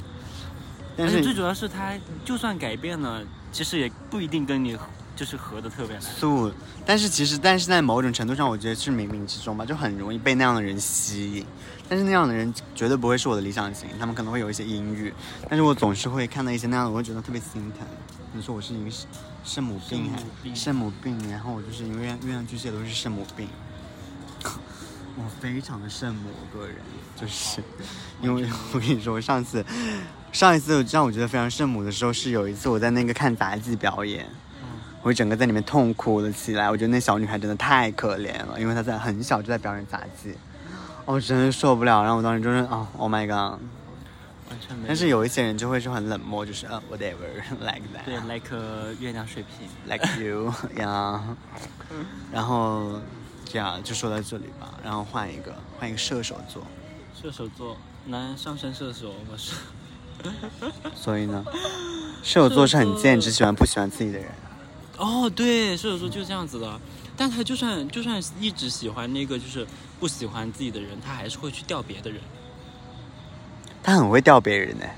A: 但
B: 而
A: 是
B: 且最主要是他就算改变了，其实也不一定跟你合就是合的特别来。
A: 素，但是其实，但是在某种程度上，我觉得是冥冥之中吧，就很容易被那样的人吸引。但是那样的人绝对不会是我的理想型，他们可能会有一些阴郁，但是我总是会看到一些那样的，我会觉得特别心疼。你说我是一个圣圣母病
B: 圣母病
A: 还圣母病，然后我就是因为月亮月亮巨蟹都是圣母病， 我非常的圣母，我个人就是因为我跟你说，我上次上一次让我觉得非常圣母的时候，是有一次我在那个看杂技表演，我整个在里面痛哭了起来。我觉得那小女孩真的太可怜了，因为她在很小就在表演杂技，哦我真的受不了。然后我当时就是啊、o h my god！
B: 完全没有。
A: 但是有一些人就会是很冷漠，就是呃、whatever，like
B: 对
A: that，like
B: ，like a 月亮水瓶，
A: you 呀、然后这样就说到这里吧，然后换一个，换一个射手座。
B: 射手座，男上升射手，我 是
A: 所以呢，射手座是很贱，只喜欢不喜欢自己的人。
B: 哦，对，射手座就是这样子的。但他就算就算一直喜欢那个就是不喜欢自己的人，他还是会去钓别的人，
A: 他很会钓别人哎、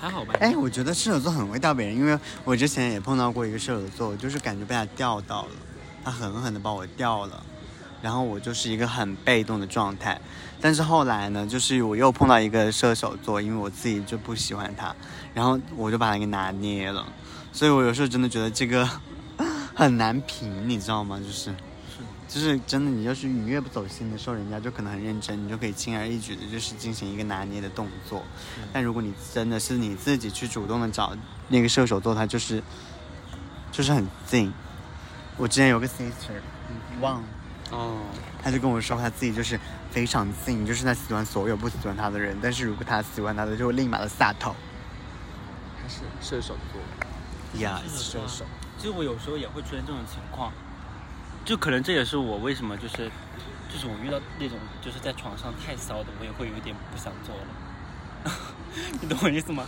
B: 还好吧？
A: 哎，我觉得射手座很会钓别人，因为我之前也碰到过一个射手座，我就是感觉被他钓到了，他狠狠的把我钓了，然后我就是一个很被动的状态。但是后来呢，就是我又碰到一个射手座，因为我自己就不喜欢他，然后我就把他给拿捏了，所以我有时候真的觉得这个 很难评，你知道吗？就是。就是真的，你要是你越不走心的时候，人家就可能很认真，你就可以轻而易举的，就是进行一个拿捏的动作。但如果你真的是你自己去主动的找那个射手座，他就是就是很近。我之前有个 sister，忘了，
C: 哦，
A: 他就跟我说他自己就是非常近，就是他喜欢所有不喜欢他的人，但是如果他喜欢他的，就会立马的下头。
C: 他是射手座，
A: 呀，
B: 射
A: 射
B: 手
A: 手
B: 座，哎就我有时候也会出现这种情况，就可能这也是我为什么就是，就是我遇到那种就是在床上太骚的，我也会有点不想做了。 你懂我意思吗？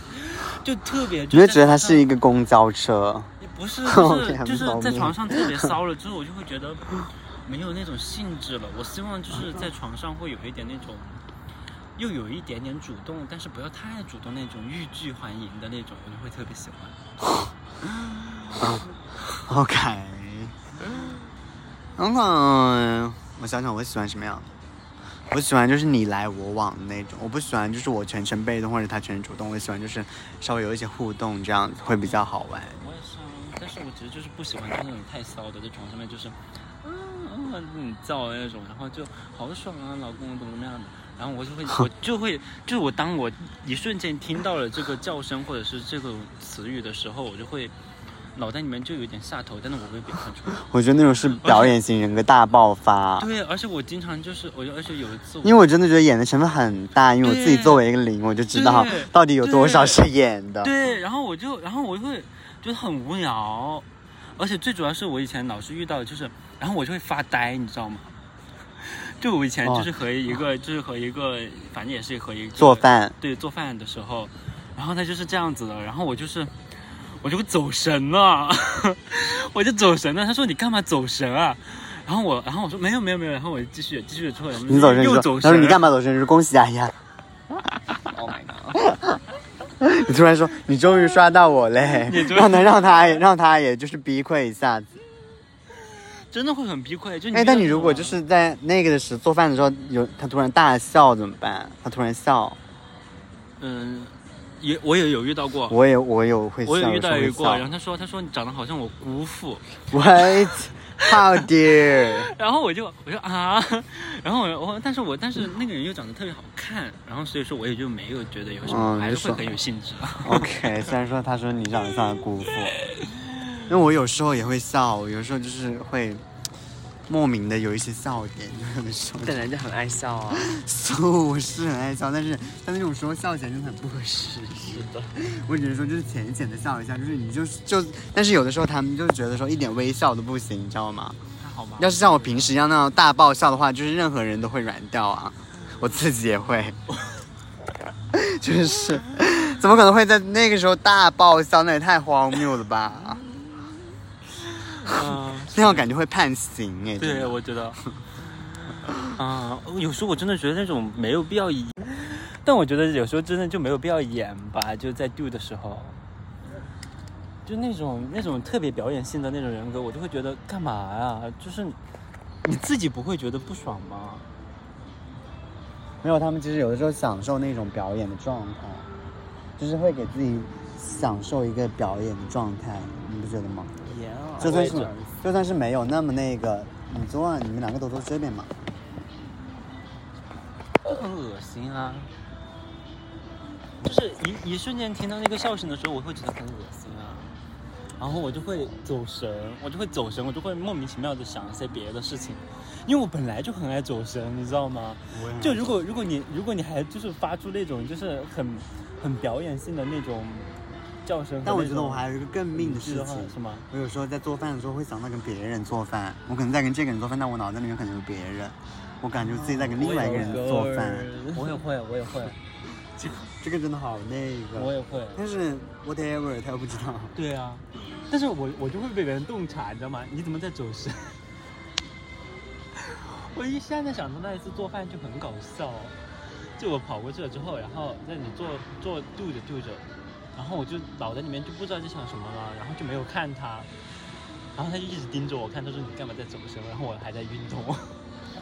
B: 就特别，
A: 你会觉得他
B: 一。
A: 是一个公交车，
B: 不是，不
A: OK，
B: 是，就是
A: 很
B: 在
A: 方便
B: 床上特别骚了之后，我就会觉得没有那种兴致了。我希望就是在床上会有一点那种，又有一点点主动，但是不要太主动那种欲拒还迎的那种，我就会特别喜欢。
A: OK，嗯，我想想，我喜欢什么样的？我喜欢就是你来我往的那种，我不喜欢就是我全程被动或者他全程主动，我喜欢就是稍微有一些互动，这样子会比较好玩。
B: 我也是啊，但是我其实就是不喜欢就是那种太骚的，在床上面就是，嗯嗯，你叫的那种，然后就好爽啊，老公怎么怎么样的，然后我就会，我就会，就是我当我一瞬间听到了这个叫声或者是这个词语的时候，我就会脑袋里面就有点下头，但是我会表现出来。
A: 我觉得那种是表演型人格大爆 发，
B: 对，而且我经常就是，我就而且有一次我，
A: 因为我真的觉得演的成分很大，因为我自己
B: 对
A: 作为一个零，我就知道
B: 对
A: 到底有多少是演的。嗯
B: 对，然后我就，然后我就会觉得很无聊，而且最主要是我以前老是遇到，就是，然后我就会发呆，你知道吗？ 就我以前
A: 哦
B: 就是和一个，就是和一个，反正也是和一个
A: 做，饭，
B: 对，做饭的时候，然后他就是这样子的，然后我就是，我就走神了， 我就走神了。他说你干嘛走神啊？然后我，然后我说没有没有没有，然后我继续继续之后，然后
A: 你走神，你
B: 又
A: 说
B: 走
A: 他
B: 神，
A: 说你干嘛走神？你说恭喜大家，
D: Oh my god！
A: 你突然说你终于刷到我嘞
B: 你，终于
A: 让能让他也让他也就是逼溃一下子。
B: 真的会很崩溃。就你
A: 哎，但你
B: 没有
A: 如果
B: 什
A: 就
B: 么
A: 是在那个的时候做饭的时候，有他突然大笑怎么办？他突然
B: 哦
A: 笑，
B: 嗯，也我也有遇到过，
A: 我也我有会笑，
B: 我有遇到
A: 有
B: 一
A: 时候
B: 过，
A: 会
B: 然
A: 笑。
B: 后他说他说你长得好像我姑父，
A: What? How dare?
B: 然后我就我就啊，然后我我但是我但是那个人又长得特别好看，然后所以说我也就没有觉得有什么，
A: 嗯
B: 还
A: 就是爽
B: 会很有兴致。啊
A: OK，虽然说他说你长得像姑父，因为我有时候也会笑，我有时候就是会莫名的有一些笑点，有的时候
C: 但人家很爱笑 啊。
A: so 我是很爱笑，但是但那种时候笑起来真的很不合适。是的，我只能说就是浅浅的笑一下，就是你就是就，但是有的时候他们就觉得说一点微笑都不行，你知道吗？
B: 还好吗？
A: 要是像我平时一样那样大爆笑的话，就是任何人都会软掉啊，我自己也会， 就是怎么可能会在那个时候大爆笑？那也太荒谬了吧！
B: 嗯，
A: 那样感觉会判刑哎。真
B: 对，
A: 的
B: 我觉得，啊、有时候我真的觉得那种没有必要演，但我觉得有时候真的就没有必要演吧，就在 do 的时候，就那种那种特别表演性的那种人格，我就会觉得干嘛呀？就是你自己不会觉得不爽吗？
A: 没有，他们其实有的时候享受那种表演的状态，就是会给自己享受一个表演的状态，你不觉得吗？
B: 啊
A: 就算是就算是没有那么那个，你昨晚你们两个都坐这边嘛，
B: 就很恶心啊！就是一一瞬间听到那个笑声的时候，我会觉得很恶心啊，然后我就会走神，我就会走神，我就会莫名其妙的想一些别的事情，因为我本来就很爱走神，你知道吗？
A: 嗯
B: 就如果如果你如果你还就是发出那种就是很很表演性的那种叫声和那种语
A: 但我
B: 句的话，
A: 觉得我还有一个更命的事情。
B: 是吗？
A: 我有时候在做饭的时候会想到跟别人做饭，我可能在跟这个人做饭，但我脑袋里面可能有别人，我感觉自己在跟另外一个人做饭，
B: 我也会，我也会，
A: 这个真的好那
B: 我
A: 个。
B: 也会。
A: 但是 whatever，他又不知道。
B: 对啊，但是我我就会被别人洞察，你知道吗？你怎么在走神？ 我一现在想到那一次做饭就很搞笑，哦就我跑过去了之后，然后在你做做度着度着，然后我就脑袋里面就不知道在想什么了，然后就没有看他，然后他就一直盯着我看，他说你干嘛在走神？然后我还在运动，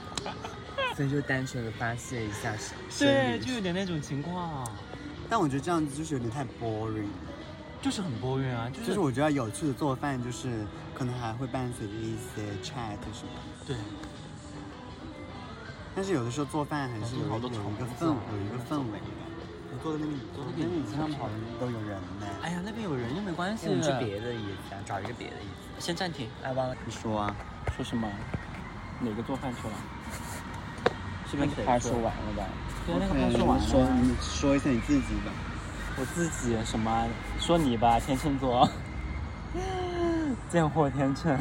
C: 所以就单纯的发泄一下生
B: 对，
C: 生
B: 就
C: 理。
B: 有点那种情况，啊
A: 但我觉得这样子就是有点太 boring。
B: 就是很波运啊，就
A: 就是
B: 是
A: 我觉得有趣的做饭，就是可能还会伴随着一些 chat 什么的。
B: 对，
A: 但是有的时候做饭还是有一
B: 好
A: 有
B: 多虫
A: 一个
B: 子
A: 氛
B: 啊
A: 有一个氛围的。你做的那个，你做的那个，你经常跑的都有人呢。
B: 哎呀，那边有人又没关系
C: 我，哎们去别的椅子啊，找一个别的椅子。
B: 先暂停。
C: 哎，忘了。
A: 你说啊？
B: 说什么？哪个做饭去了？这边可以
C: 他
B: 说
C: 说完了吧？
B: 对，
A: 啊
B: 那个他说完
A: 说
B: 了。
A: 你说一下你自己吧。
B: 我自己什么？说你吧，天秤座，贱货天秤。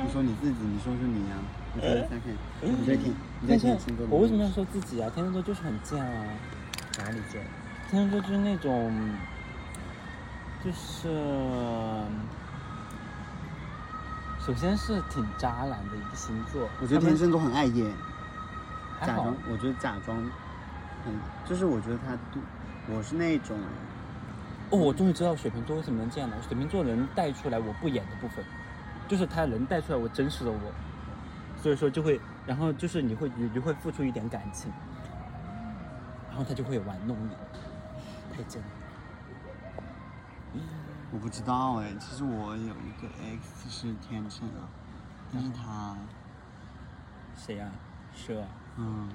A: 你说你自己，你说说你呀、啊你说一下看，你在听，你在
B: 但是
A: 听星座的
B: 我为什么要说自己啊？天秤座就是很贱啊！
C: 哪里见？
B: 天秤座就是那种，就是首先是挺渣男的一个星座。
A: 我觉得
B: 他
A: 天
B: 们
A: 秤座很爱演，
B: 还
A: 假
B: 好
A: 装，我觉得假装，嗯，就是我觉得他对，我是那种，
B: 哦，我终于知道水瓶座为什么能这样了。水瓶座能带出来我不演的部分，就是他能带出来我真实的我，所以说就会，然后就是你会你就会付出一点感情，然后他就会玩弄你，太贱了。
A: 我不知道哎，其实我有一个 X 是天秤啊，但是他，
B: 谁呀、
C: 啊
B: 蛇、
A: 嗯，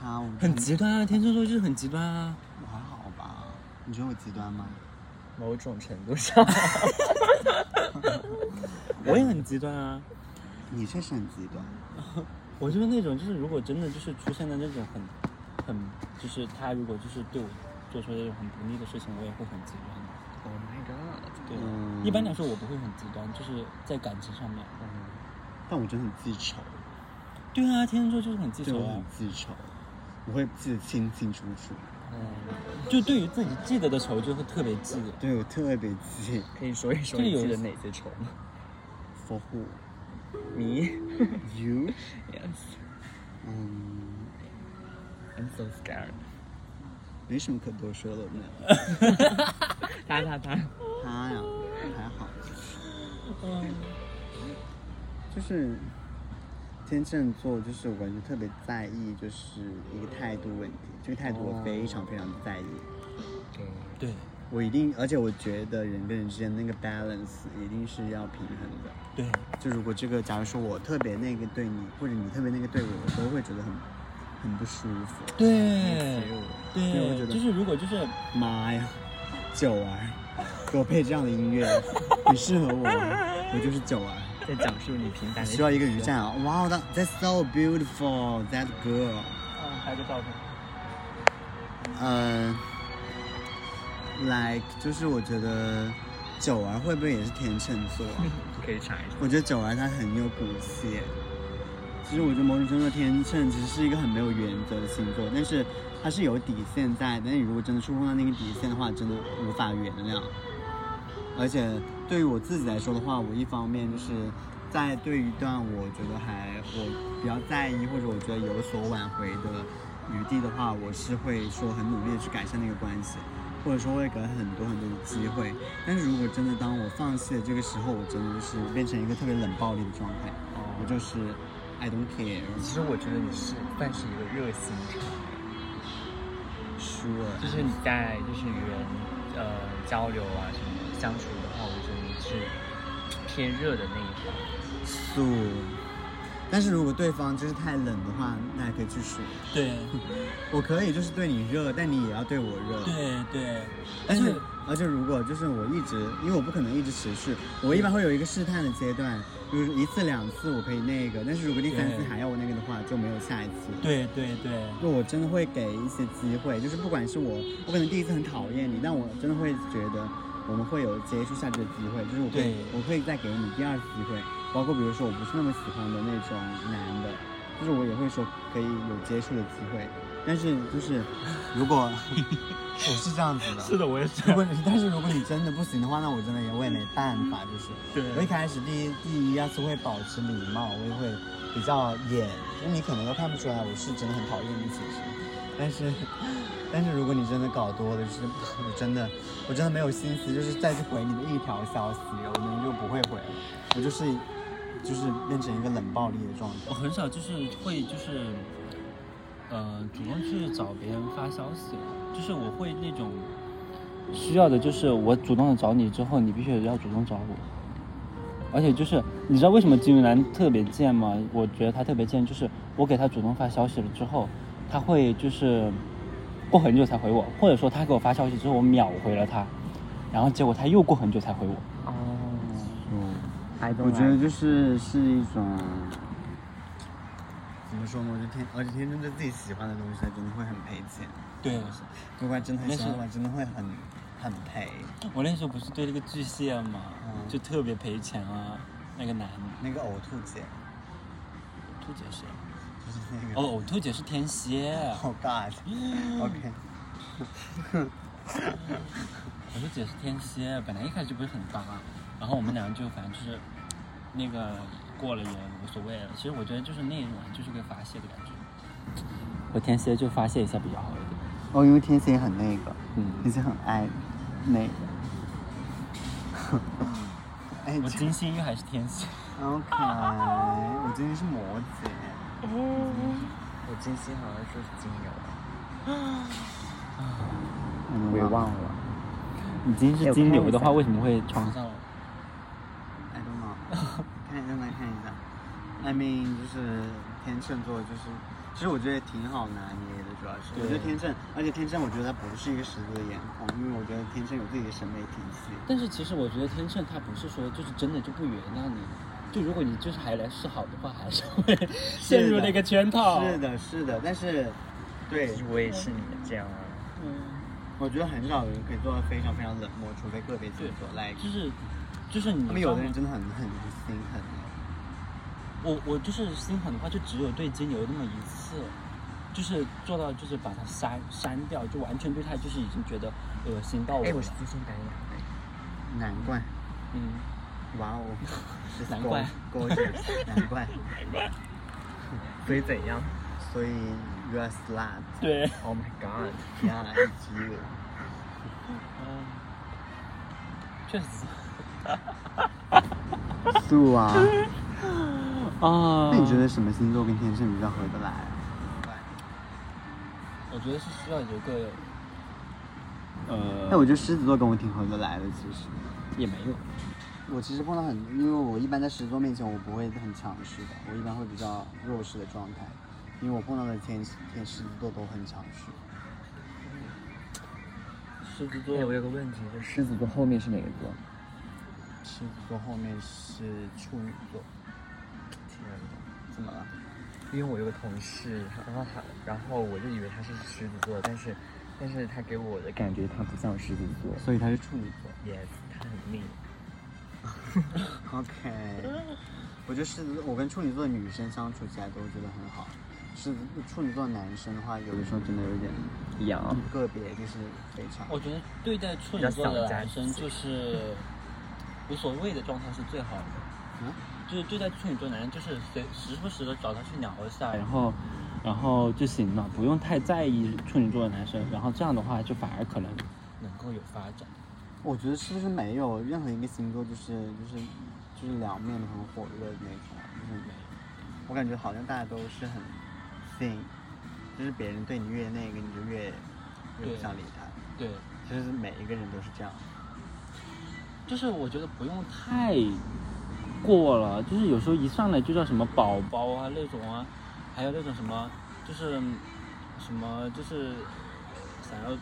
A: 他我
B: 很极端啊，天秤座就是很极端啊。
A: 我还好吧？你觉得我极端吗？
C: 某种程度上，
B: 我也很极端啊，
A: 你确实很极端，
B: 我就是那种就是如果真的就是出现了那种很，很就是他如果就是对我做出那种很不利的事情，我也会很极端的。
C: Oh my god！
B: 对，
A: 嗯
B: 一般来说我不会很极端，就是在感情上面。
A: 但我真的很记仇。
B: 对啊，天秤座就是很记
A: 就
B: 仇
A: 我
B: 啊
A: 很，记仇，我会记得清清楚楚，
C: 嗯
B: 就对于自己记得的仇就会特别记得。
A: 对我特别记。
C: 可以说一说
B: 这个
C: 你
B: 有
C: 记得哪些仇吗？
A: For who?
C: 你
A: You?
C: ，Yes，I'm
A: 嗯，
C: so scared。
A: 没什么可多说的我们俩。
C: 他他他，
A: 他呀，还好，就是天秤座，就是我感觉特别在意，就是一个态度问题。这个态度我非常非常在意，
B: 对，
A: 我一定，而且我觉得人跟人之间那个 balance 一定是要平衡的。
B: 对，
A: 就如果这个，假如说我特别那个对你，或者你特别那个对我，我都会觉得很很不舒服。
B: 对，
A: 对我觉
B: 对，
A: 得
B: 就是如果就是
A: 妈呀，九儿，给我配这样的音乐，很适合我，我就是九儿。
C: 在讲述你平凡的。
A: 需要一个雨伞啊！哇、wow,，that that's so beautiful, that girl。
B: 嗯，拍个照片，
A: 呃，like 就是我觉得九儿会不会也是天秤座啊？
C: 可以查一下。
A: 我觉得九儿她很有骨气。其实我觉得某种程度的天秤其实是一个很没有原则的星座，但是它是有底线在的。但你如果真的触碰到那个底线的话，真的无法原谅。而且对于我自己来说的话，我一方面就是在对于一段我觉得还我比较在意或者我觉得有所挽回的余地的话，我是会说很努力的去改善那个关系，或者说会给很多很多的机会。但是如果真的当我放弃了这个时候，我真的就是变成一个特别冷暴力的状态，我就是 I don't care。
C: 其实我觉得你是算是一个热心肠，
A: Sure，
C: 就是你在就是与人呃交流啊什么相处的话，我觉得你是偏热的那一方。
A: 素。但是如果对方就是太冷的话，那还可以去说。
B: 对，
A: 我可以就是对你热，但你也要对我热。
B: 对对，
A: 但，
B: 就是
A: 而且如果就是我一直，因为我不可能一直持续，我一般会有一个试探的阶段，比如一次两次我可以那个，但是如果第三次
B: 对
A: 还要我那个的话，就没有下一次。，
B: 对对对，
A: 就我真的会给一些机会，就是不管是我，我可能第一次很讨厌你，但我真的会觉得我们会有接触下去的机会，就是我会
B: 对
A: 我会再给你第二次机会，包括比如说我不是那么喜欢的那种男的，就是我也会说可以有接触的机会，但是就是如果 我是这样子 的，
B: 的，我也是
A: 如果你但是如果你真的不行的话，那我真的也我也没办法，就是。
B: 对
A: 我一开始第一第一要是会保持礼貌，我也会比较演，因为你可能都看不出来我是真的很讨厌你其实。但是， 但是如果你真的搞多了，就是 我真的我真的没有心思，就是再去回你的一条消息，我可能就不会回了，我就是就是变成一个冷暴力的状态
B: 我。很少就是会就是，呃，主动去找别人发消息，就是我会那种需要的，就是我主动的找你之后，你必须也要主动找我。而且就是你知道为什么金鱼男特别贱吗？我觉得他特别贱，就是我给他主动发消息了之后，他会就是过很久才回我，或者说他给我发消息之后我秒回了他，然后结果他又过很久才回我。
C: 哦，
A: 嗯，
C: I don't
A: 我觉得
C: like
A: 就是是一种怎么说呢？我觉得天，而且天秤对自己喜欢的东西，他真的会很赔钱。
B: 对，
A: 如果他真的很喜欢的话，
B: 但
A: 真的会很很赔。
B: 我那时候不是对那个巨蟹嘛，
A: 嗯
B: 就特别赔钱啊，那个男的。
A: 那个呕吐姐，
B: 兔姐是？
A: 就是那个。
B: 哦，呕吐姐是天蝎。
A: Oh God。OK。
B: 呕吐姐是天蝎，本来一开始就不是很搭，然后我们两个就反正就是那个过了也无所谓了。其实我觉得就是那一晚就是个发泄的感觉。我天蝎就发泄一下比较好一点。
A: 哦，因为天蝎很那个，
B: 嗯，
A: 天蝎很爱那个。哎
B: 我金星又还是天蝎。
A: ，OK，我今天是摩羯，
C: 我金星好像说是金牛，
A: 嗯
C: 我也忘了。
B: 你金
A: 哎
B: 是
A: 我看
B: 金
A: 一
B: 牛的
A: 下
B: 话，为什么会床上？
A: I don't know，看让来看一下。I mean，就是天秤座，就是其实我觉得挺好拿捏的，主要是我觉得天秤，而且天秤我觉得它不是一个十足的颜控，因为我觉得天秤有自己的审美体系。
B: 但是其实我觉得天秤他不是说就是真的就不原谅你，就如果你就是还来示好的话，还是会陷入那个圈套。
A: 是的，是的，但是对
C: 其实我也是你这样啊。
B: 嗯。
A: 我觉得很少有人可以做到非常非常冷漠，除非个别星座。来，
B: 就是就是你
A: 他们有的
B: 知道
A: 人
B: 吗
A: 真的很很心狠。
B: 我我就是心狠的话，就只有对金牛那么一次，就是做到就是把它删删掉，就完全对他就是已经觉得恶心到我
A: 哎，
B: 了
A: 我。是资深白羊，难怪，
B: 嗯，
A: 哇哦，是
B: 难怪
A: gorgeous，难 怪，
D: 所以怎样？
A: 所以 you are slut。
B: 对，
D: Oh my god！
A: Yeah, it's you.
B: 嗯，确实
A: 素 啊，
B: 啊。
A: 那你觉得什么星座跟天秤比较合得来啊？
B: 我觉得是需要有个，
A: 那
B: 呃，
A: 哎我觉得狮子座跟我挺合得来的，其实。
B: 也没有，
A: 我其实碰到很，因为我一般在狮子座面前我不会很强势的，我一般会比较弱势的状态，因为我碰到的天天狮子座都很强势。
B: 狮子座
D: 对，我有个问题，就是
C: 狮子座后面是哪个座？
A: 狮子座后面是处女座，
D: 天哪，
A: 怎么了？
D: 因为我有个同事，然后他，然后我就以为他是狮子座，但是，但是他给我的感觉他不像狮子座
A: 所以他是处女座。
D: ，yes，他很命。
A: OK，我 觉得狮子，我跟处女座的女生相处起来都觉得很好。狮子处女座的男生的话，有的时候真的有点
C: 羊。
A: 个别，就是非常。
B: 我觉得对待处女座的男生就是无所谓的状态是最好的。
D: 啊
A: 嗯
B: 就是对待处女座男人，就是随时不时的找他去聊一下，
E: 然后，然后就行了，不用太在意处女座的男生。然后这样的话，就反而可能
B: 能够有发展。
A: 我觉得是不是没有任何一个星座就是就是就是两面都很火热的那种啊，就是没有。我感觉好像大家都是很 thin，就是别人对你越那个，你就越越不
B: 对
A: 想理他。
B: 对，
A: 就是每一个人都是这样。
B: 就是我觉得不用太
E: 太过了。就是有时候一上来就叫什么宝宝，
B: 包啊那种啊，还有那种什么，就是什么就是想要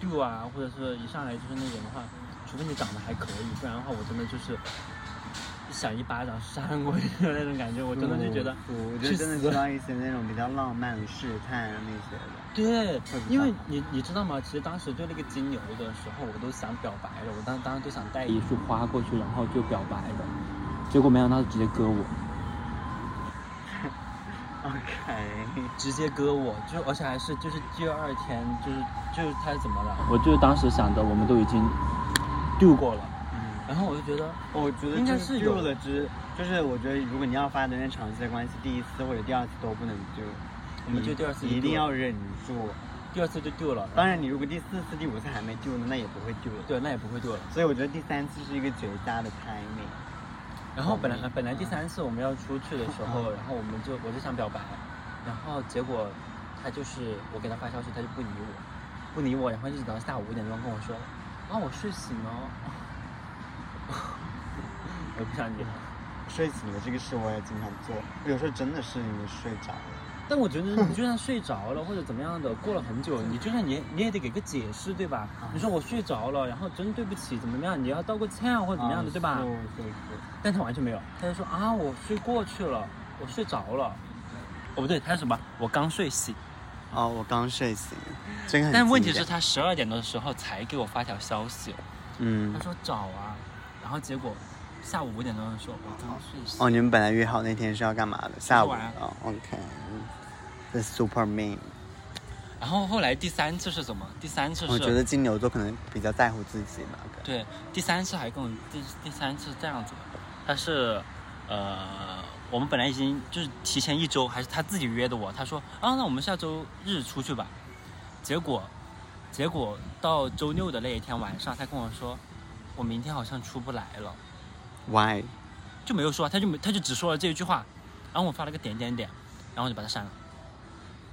B: do 啊，或者是一上来就是那种的话，除非你长得还可以，不然的话我真的就是想一巴掌扇过去的那种感觉，我真的就觉得
A: 不，我
B: 去
A: 就真的需
B: 死
A: 要一些那种比较浪漫的试探啊那些的。会
B: 对
A: 比，较
B: 因为
A: 好
B: 你你知道吗？其实当时对那个金牛的时候，我都想表白了，我当当时都想带
E: 一
B: 一，
E: 束花过去，然后就表白了。结果没想到直接割我，
A: OK，
B: 直接割我，就而且还是就是第二天，就是就是他怎么了，
E: 我就当时想着我们都已经
B: 丢过了，
A: 嗯，
B: 然后我就觉得
A: 我觉得
B: 应
A: 就
B: 该
A: 是 do
B: 是有
A: 了之，就是我觉得如果你要发展成长期的关系，第一次或者第二次都不能 do，
B: 我们
A: 你
B: 就第二次
A: 一
B: 就 do
A: 定
B: 了
A: 要忍住。
B: 第二次就丢了，
A: 当然，你如果第四次、第五次还没丢呢，那也不会丢了。，
B: 对，那也不会丢了。
A: 所以我觉得第三次是一个绝佳的 timing。
B: 然后本来本来第三次我们要出去的时候，然后我们就我就想表白，然后结果他就是我给他发消息，他就不理我，不理我，然后一直到下午五点钟跟我说，啊我睡醒了， 我不想理他。
A: 睡醒了这个事我也经常做，有时候真的是因为睡着了。
B: 但我觉得你就算睡着了或者怎么样的，过了很久，你就算你你也得给个解释，对吧？
A: 啊
B: 你说我睡着了，然后真对不起，怎么样，你要道个歉啊或者怎么样
A: 嗯
B: 的，对吧？
A: 对对对，
B: 但他完全没有，他就说啊，我睡过去了，我睡着了。哦，不对，他是什么？我刚睡醒。
A: 哦，我刚睡醒，这个很
B: 但问题
A: 经
B: 是，
A: 典，
B: 他十二点的时候才给我发条消息，他
A: 嗯，
B: 说早啊，然后结果下午五点钟的时候我刚睡醒。
A: 哦，你们本来约好那天是要干嘛的？下午
B: 晚啊
A: 哦 o k t h e super mean。
B: 然后后来第三次是什么？第三次是
A: 我哦觉得金牛座可能比较在乎自己吧。
B: 对，第三次还跟我第第三次这样子的，他是呃，我们本来已经就是提前一周，还是他自己约的我，他说啊，那我们下周日出去吧。结果，结果到周六的那一天晚上，他跟我说，我明天好像出不来了，
A: Why？
B: 就没有说，他就没他就只说了这一句话，然后我发了个点点点，然后我就把他删了。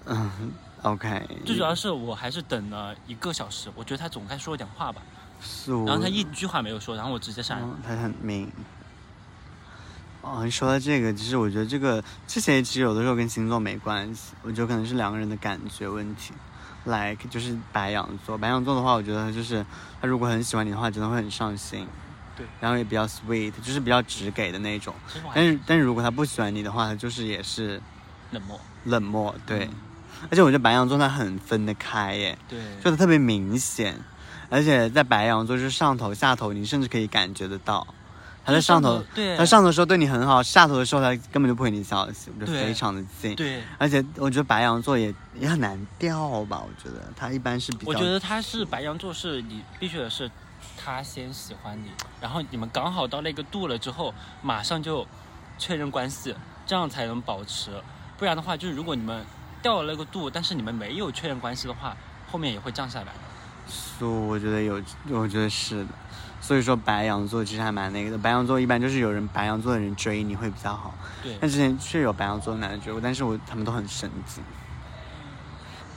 A: 嗯，OK。
B: 最主要是我还是等了一个小时，我觉得他总该说点话吧，
A: 素，
B: 然后他一句话没有说，然后我直接删了。
A: 嗯他很 mean。哦，说到这个，其实我觉得这个这些其实有的时候跟星座没关系，我觉得可能是两个人的感觉问题。like 就是白羊座，白羊座的话，我觉得就是他如果很喜欢你的话，真的会很上心。
B: 对，
A: 然后也比较 sweet，就是比较直给的那种。
B: 其实我还
A: 但
B: 是
A: 是但是如果他不喜欢你的话，他就是也是
B: 冷漠。
A: 冷漠，对。而且我觉得白羊座他很分得开耶，
B: 对
A: 就他特别明显，而且在白羊座就是上头下头，你甚至可以感觉得到。他在上头，
B: 对
A: 他上头的时候对你很好，下头的时候他根本就不会你消息，我觉得
B: 对
A: 非常的近。
B: 对，
A: 而且我觉得白羊座也也很难调吧，我觉得他一般是比较，
B: 我觉得他是白羊座，是你必须得是他先喜欢你，然后你们刚好到那个度了之后，马上就确认关系，这样才能保持。不然的话，就是如果你们掉了那个度，但是你们没有确认关系的话，后面也会降下来。
A: 所以我觉得有，我觉得是的。所以说白羊座其实还蛮那个的，白羊座一般就是有人白羊座的人追你会比较好，
B: 对，
A: 但之前确有白羊座的男的追过，但是我他们都很神经，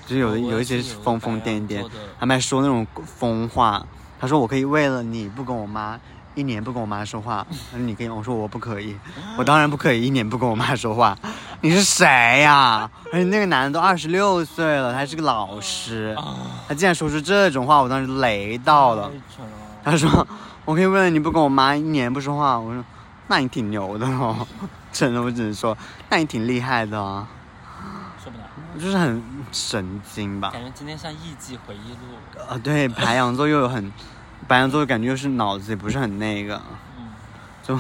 A: 就是有的
B: 嗯我
A: 有一些
B: 也
A: 是
B: 有
A: 疯疯
B: 白
A: 癫
B: 羊
A: 癫
B: 座，的
A: 他们还说那种疯话。他说我可以为了你不跟我妈一年不跟我妈说话，他说你可以吗，我说我不可以，我当然不可以一年不跟我妈说话。你是谁呀、而且那个男的都二十六岁了，他还是个老师，他竟然说出这种话，我当时雷到了。
B: 太蠢了
A: 他说我可以为了你不跟我妈一年不说话，我说那你挺牛的哦， 真的，我只能说那你挺厉害的啊，
B: 受不了，
A: 我就是很神经吧。
B: 感觉今天像艺伎回忆录。
A: 啊，对，白羊座又有很，白羊座感觉又是脑子也不是很那个，
B: 嗯，
A: 就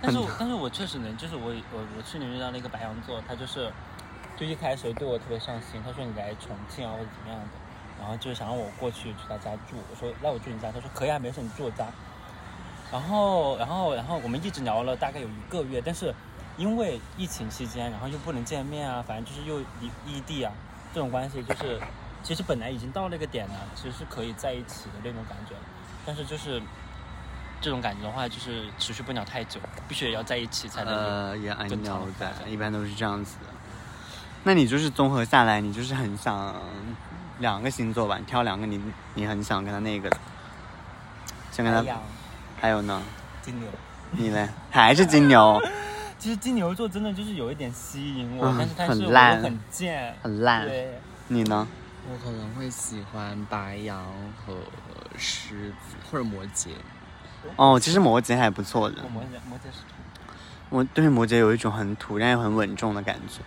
B: 但是我但是我确实能，就是我我我去年遇到那个白羊座，他就是就一开始对我特别上心，他说你来重庆啊或者怎么样的，然后就是想让我过去去他家住，我说那我住你家，他说可以啊，没事你住我家。然后然后然后我们一直聊了大概有一个月，但是因为疫情期间，然后又不能见面啊，反正就是又异异地啊，这种关系就是其实本来已经到那个点了，其实是可以在一起的那种感觉，但是就是这种感觉的话，就是持续不了太久，必须也要在一起才能有。
A: 呃也按
B: 正常
A: 鸟
B: 发
A: 仔，
B: 展
A: 一般都是这样子的。那你就是综合下来，你就是很想两个星座吧，你挑两个你你很想跟他那个的，想跟
B: 白
A: 他
B: 羊、
A: 还有呢，
B: 金牛，
A: 你嘞还是金牛，
B: 其实金牛座真的就是有一点吸引我，
A: 嗯
B: 但是但
A: 很
B: 是我
A: 烂
B: 又很贱，
A: 很烂，
B: 对，
A: 你呢？
C: 我可能会喜欢白羊和狮子或者摩羯，
A: 哦，其实摩羯还不错的
B: 我，摩羯摩羯是
A: 我对摩羯有一种很土但又很稳重的感觉。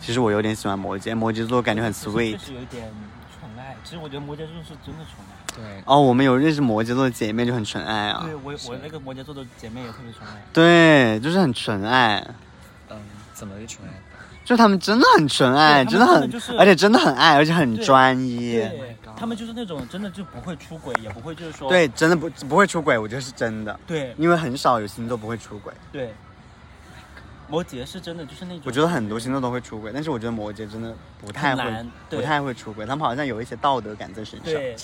A: 其实我有点喜欢摩羯，摩羯座感觉很
B: 其实
A: sweet
B: 确。实有一点宠爱。其实我觉得摩羯座是真的宠爱。
C: 对，
A: 哦，我们有认识摩羯座的姐妹就很纯爱啊
B: 对，我我那个摩羯座的姐妹也特别宠爱。
A: 对，就是很纯爱，
C: 嗯，怎么个宠爱法？
A: 就他们真的很纯爱，
B: 对
A: 真
B: 他
A: 的
B: 们
A: 很，
B: 真的就是
A: 而且真的很爱，而且很专一，
B: 对，他们就是那种真的就不会出轨，也不会就是说
A: 对，真的不不会出轨，我觉得是真的，
B: 对
A: 因为很少有星座不会出轨，
B: 对。摩羯是真的就是那种，
A: 我觉得很多星座都会出轨，但是我觉得摩羯真的不太
B: 很
A: 会
B: 难，对
A: 不太会出轨，他们好像有一些道德感在身上，
B: 对，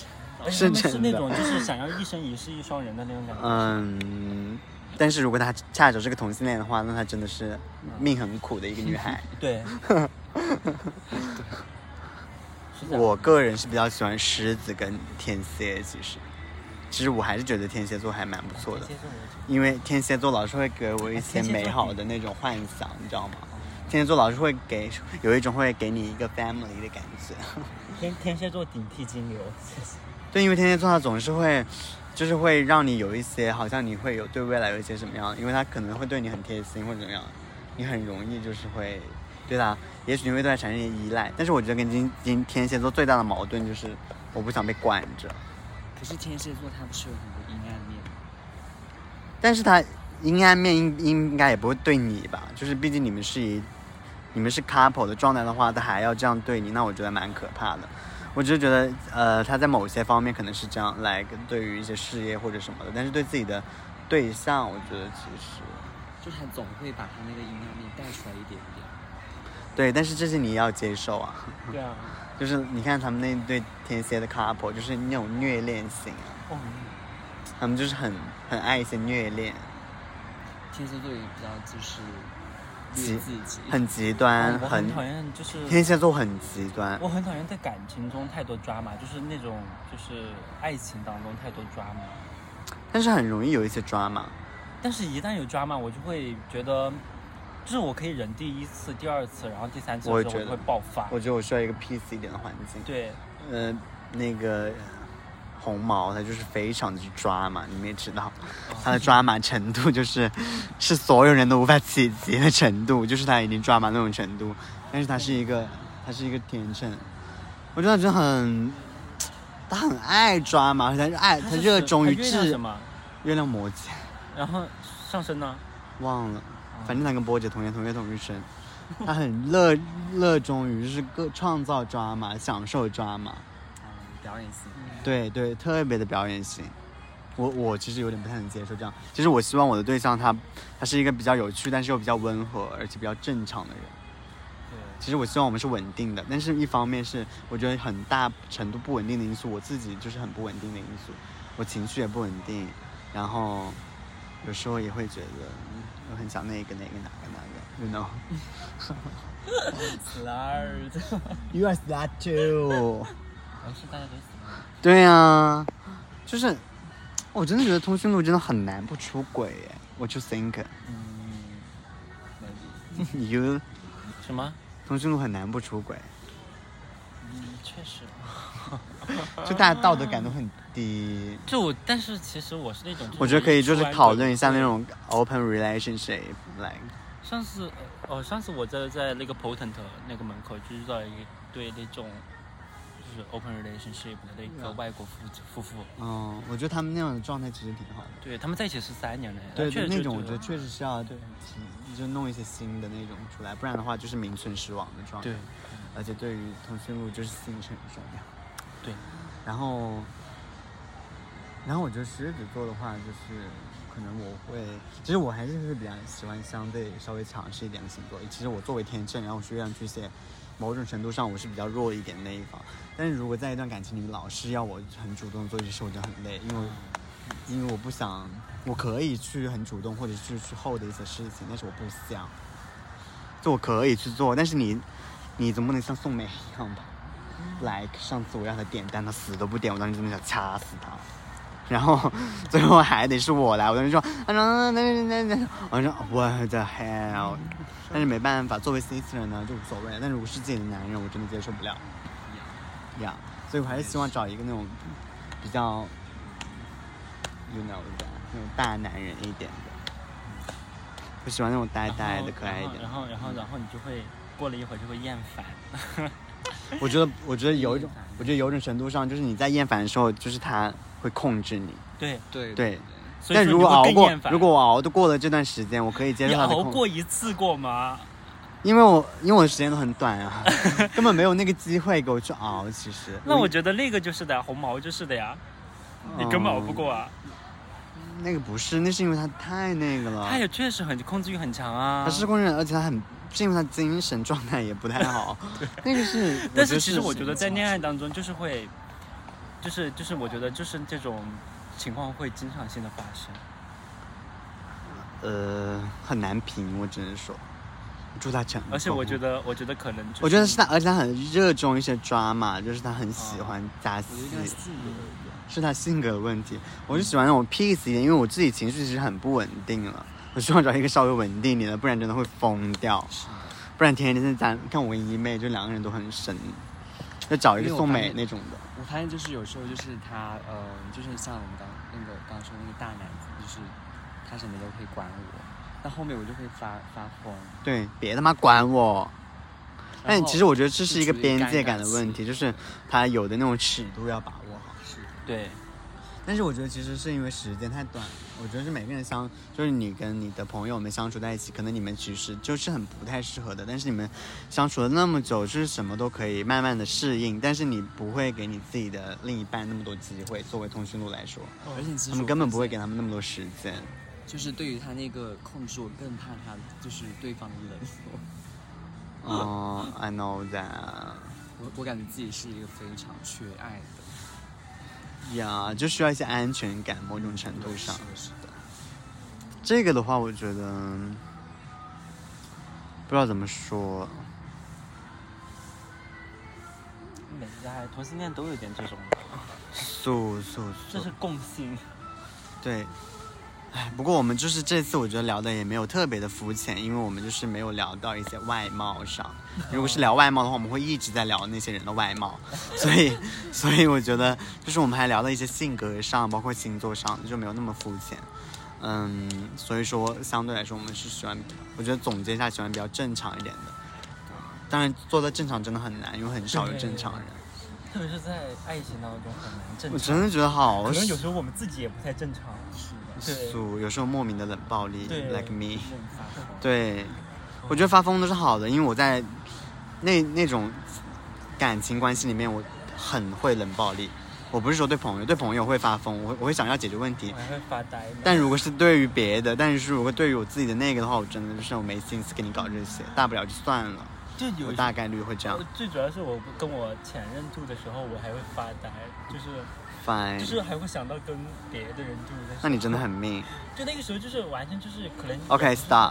B: 而且
A: 是
B: 他们是
A: 真的
B: 那种就是想要一生一世一双人的那种感觉。
A: 嗯。但是如果她恰巧是个同性恋的话，那她真的是命很苦的一个女孩。
B: 对，是这样
A: 我个人是比较喜欢狮子跟天蝎，其实，其实我还是觉得天蝎座还蛮不错的。
B: 接受我的
A: 因为天蝎啊座老是会给我一些美好的那种幻想，你知道吗？天蝎座老是会给有一种会给你一个 family 的感觉，
B: 天天蝎座顶替金牛， 谢谢
A: 对，因为天蝎座它总是会，就是会让你有一些好像你会有对未来有一些什么样，因为他可能会对你很贴心或者怎么样，你很容易就是会对他，也许你会对他产生一些依赖，但是我觉得跟金金天蝎座最大的矛盾就是我不想被管着，
C: 可是天蝎座他不是有很多阴暗面吗？
A: 但是他阴暗面应应该也不会对你吧？就是毕竟你们是一你们是 couple 的状态的话，他还要这样对你，那我觉得蛮可怕的。我只是觉得，呃，他在某些方面可能是这样来对于一些事业或者什么的，但是对自己的对象，我觉得其实
C: 就他总会把他那个阴暗面带出来一点点。
A: 对，但是这些你也要接受啊。
B: 对啊，
A: 就是你看他们那对天蝎的 couple，就是那种虐恋型啊，
B: 哦，
A: 他们就是很很爱一些虐恋，
C: 天蝎座也比较就是
A: 极
C: 虐自己，
A: 很极端，
B: 哦我
A: 很
B: 很讨厌就是
A: 天蝎座很极端。
B: 我很讨厌在感情中太多抓马，就是那种就是爱情当中太多抓马。
A: 但是很容易有一些抓马。
B: 但是，一旦有抓马，我就会觉得，就是我可以忍第一次、第二次，然后第三次
A: 我
B: 的
A: 也
B: 时候
A: 觉
B: 我就
A: 得
B: 会爆发。
A: 我觉得我需要一个 peace 一点的环境。，
B: 对，
A: 呃，那个呃红毛它就是非常的去抓嘛，你们也知道， 它的抓马程度就是是所有人都无法企及的程度，就是它已经抓马那种程度。但是它是一个，它是一个天秤，我觉得它真的很，它很爱抓马，它是爱，
B: 他
A: 热衷于
B: 月亮
A: 治
B: 什么？
A: 月亮摩羯。
B: 然后上升呢？
A: 忘了，反正他跟波姐同年同月同日生，他很热热衷于是各创造抓马，享受抓马，
C: 表演型。
A: 对对，特别的表演型。我我其实有点不太能接受这样，其实我希望我的对象他他是一个比较有趣，但是又比较温和，而且比较正常的人。其实我希望我们是稳定的，但是一方面是我觉得很大程度不稳定的因素，我自己就是很不稳定的因素，我情绪也不稳定，然后有时候也会觉得嗯我很想那个那个哪个哪个，you know，you
C: Slurred，
A: are that too。
C: 而是大家都喜欢。
A: 对啊呀、就是我真的觉得通讯录真的很难不出轨耶。我就 think
C: 嗯，没
A: you
B: 什么？
A: 通讯录很难不出轨，
C: 嗯，确实。
A: 就大家道德感都很低。
B: 就我，但是其实我是那种，
A: 我觉得可以就是讨论一下
B: 种。
A: 那种 open relationship，来、
B: 上次，呃哦，上次我在在那个 Potent 那个门口就遇到了一对那种，就是 open relationship 的那个
A: 嗯
B: 外国夫妻夫妇，
A: 嗯，我觉得他们那样的状态其实挺好的。
B: 对他们在一起十三年了，
A: 对，
B: 确
A: 对
B: 实
A: 那
B: 就
A: 种我觉
B: 对
A: 得确实是要对，就弄一些新的那种出来，不然的话就是名存实亡的状态。
B: 对，
A: 而且对于通讯录就是心诚很重要。
B: 对，
A: 然后，然后我觉得狮子座的话，就是可能我会，其实我还是会比较喜欢相对稍微强势一点的星座。其实我作为天秤，然后我是月亮巨蟹，某种程度上我是比较弱一点的那一方。但是如果在一段感情里面老是要我很主动做一些事，我就很累，因为我因为我不想，我可以去很主动或者去去后的一些事情，但是我不想。就我可以去做，但是你你总不能像宋美一样吧？like 上次我让他点单，他死都不点，我当时真的想掐死他。然后 最后还得是我来，我当时说，啊，那那那那，我说 what the hell？但是没办法，作为 sister 呢就无所谓，但如果是自己的男人，我真的接受不了。呀，所以我还是希望找一个那种比较，you know 的那种大男人一点的。我喜欢那种呆呆的、可爱一点的
B: 然。后然后然后然后你就会过了一会儿就会厌烦，
A: 我觉得，我觉得有一种，我觉得有种程度上，就是你在厌烦的时候，就是他会控制你。
B: 对，
C: 对
A: 对，
B: 所以
A: 但
B: 说
A: 如
B: 你
A: 果
B: 会
A: 熬
B: 更
A: 过
B: 厌，烦
A: 如果我熬得过了这段时间，我可以接
B: 你
A: 受他的
B: 熬
A: 控。
B: 过一次过吗？
A: 因为我因为我的时间都很短 啊，根本没有那个机会给我去熬。其实，
B: 那我觉得那个就是的，红毛就是的呀，你根
A: 哦
B: 本熬不过啊。
A: 嗯那个不是，那是因为他太那个了。
B: 他也确实很控制欲很强啊。
A: 啊他是工人，而且他很，是因为他精神状态也不太 好。那个是，
B: 但
A: 觉得
B: 是其实我觉得在恋爱
A: 是
B: 当中就是会，就是就是我觉得就是这种情况会经常性的发生。
A: 呃很难评，我只能说，祝他成功。
B: 而且我觉得，我觉得可能、就是，
A: 我觉得是他，而且他很热衷一些抓马，就是他很喜欢加戏，是他性格的问题。我就喜欢那种 peace 一点，因为我自己情绪其实很不稳定了。 我希望找一个稍微稳定一点的，不然真的会疯掉。不然天天在家，看我跟一妹，就两个人都很神，要找一个宋美那种的。
C: 我发现就是有时候就是他，呃，就是像我们刚那个刚说的那个大男子，就是他什么都可以管我，但后面我就会发发疯。
A: 对，别他妈管我。
C: 然
A: 但
C: 后
A: 其实我觉得这是一个
C: 就处于
A: 边界
C: 尴尬
A: 感的问题，
C: 期
A: 就是他有的那种尺度要把握好。
B: 对，
A: 但是我觉得其实是因为时间太短，我觉得是每个人相，就是你跟你的朋友们相处在一起，可能你们其实就是很不太适合的，但是你们相处了那么久，就是什么都可以慢慢的适应，但是你不会给你自己的另一半那么多机会。作为通讯录来说，
C: 而且其实
A: 他们
C: 我
A: 根本
C: 发
A: 不会
C: 现
A: 给他们那么多时间。
C: 就是对于他那个控制，我更怕他就是对方的冷漠。
A: 哦、i know that。
C: 我我感觉自己是一个非常缺爱的。
A: 呀，就需要一些安全感，某种程度上
C: 是。的，是的。
A: 这个的话，我觉得不知道怎么说。
B: 每个还哎同性恋都有点这种，
A: 素素
B: 这
A: 素
B: 是，共性。
A: 对。哎，不过我们就是这次，我觉得聊的也没有特别的肤浅，因为我们就是没有聊到一些外貌上。如果是聊外貌的话，我们会一直在聊那些人的外貌，所以，所以我觉得就是我们还聊到一些性格上，包括星座上，就没有那么肤浅。嗯，所以说相对来说，我们是喜欢，我觉得总结一下，喜欢比较正常一点的。当然，做到正常真的很难，因为很少有正常人。
B: 特别是在爱情当中很难正
A: 我真的觉得好，
B: 可能有时候我们自己也不太正常。是的。
A: 俗，有时候莫名的冷暴力
B: 对
A: ，like me。
B: 发疯
A: 对，我觉得发疯都是好的，因为我在那那种感情关系里面，我很会冷暴力。我不是说对朋友，对朋友会发疯，我会我会想要解决问题
B: 我。还会发呆呢。
A: 但如果是对于别的，但是如果对于我自己的那个的话，我真的就是我没心思跟你搞这些，大不了就算了。
B: 就有
A: 我
B: 一
A: 大概率会这样
B: 我最主要是我跟我前任住的时候，我还会发呆，就是就
A: ，fine。
B: 是还会想到跟别的人住的时候。
A: 那你真的很命。
B: 就那个时候就是完全就是可能
A: 哦 OK，stop、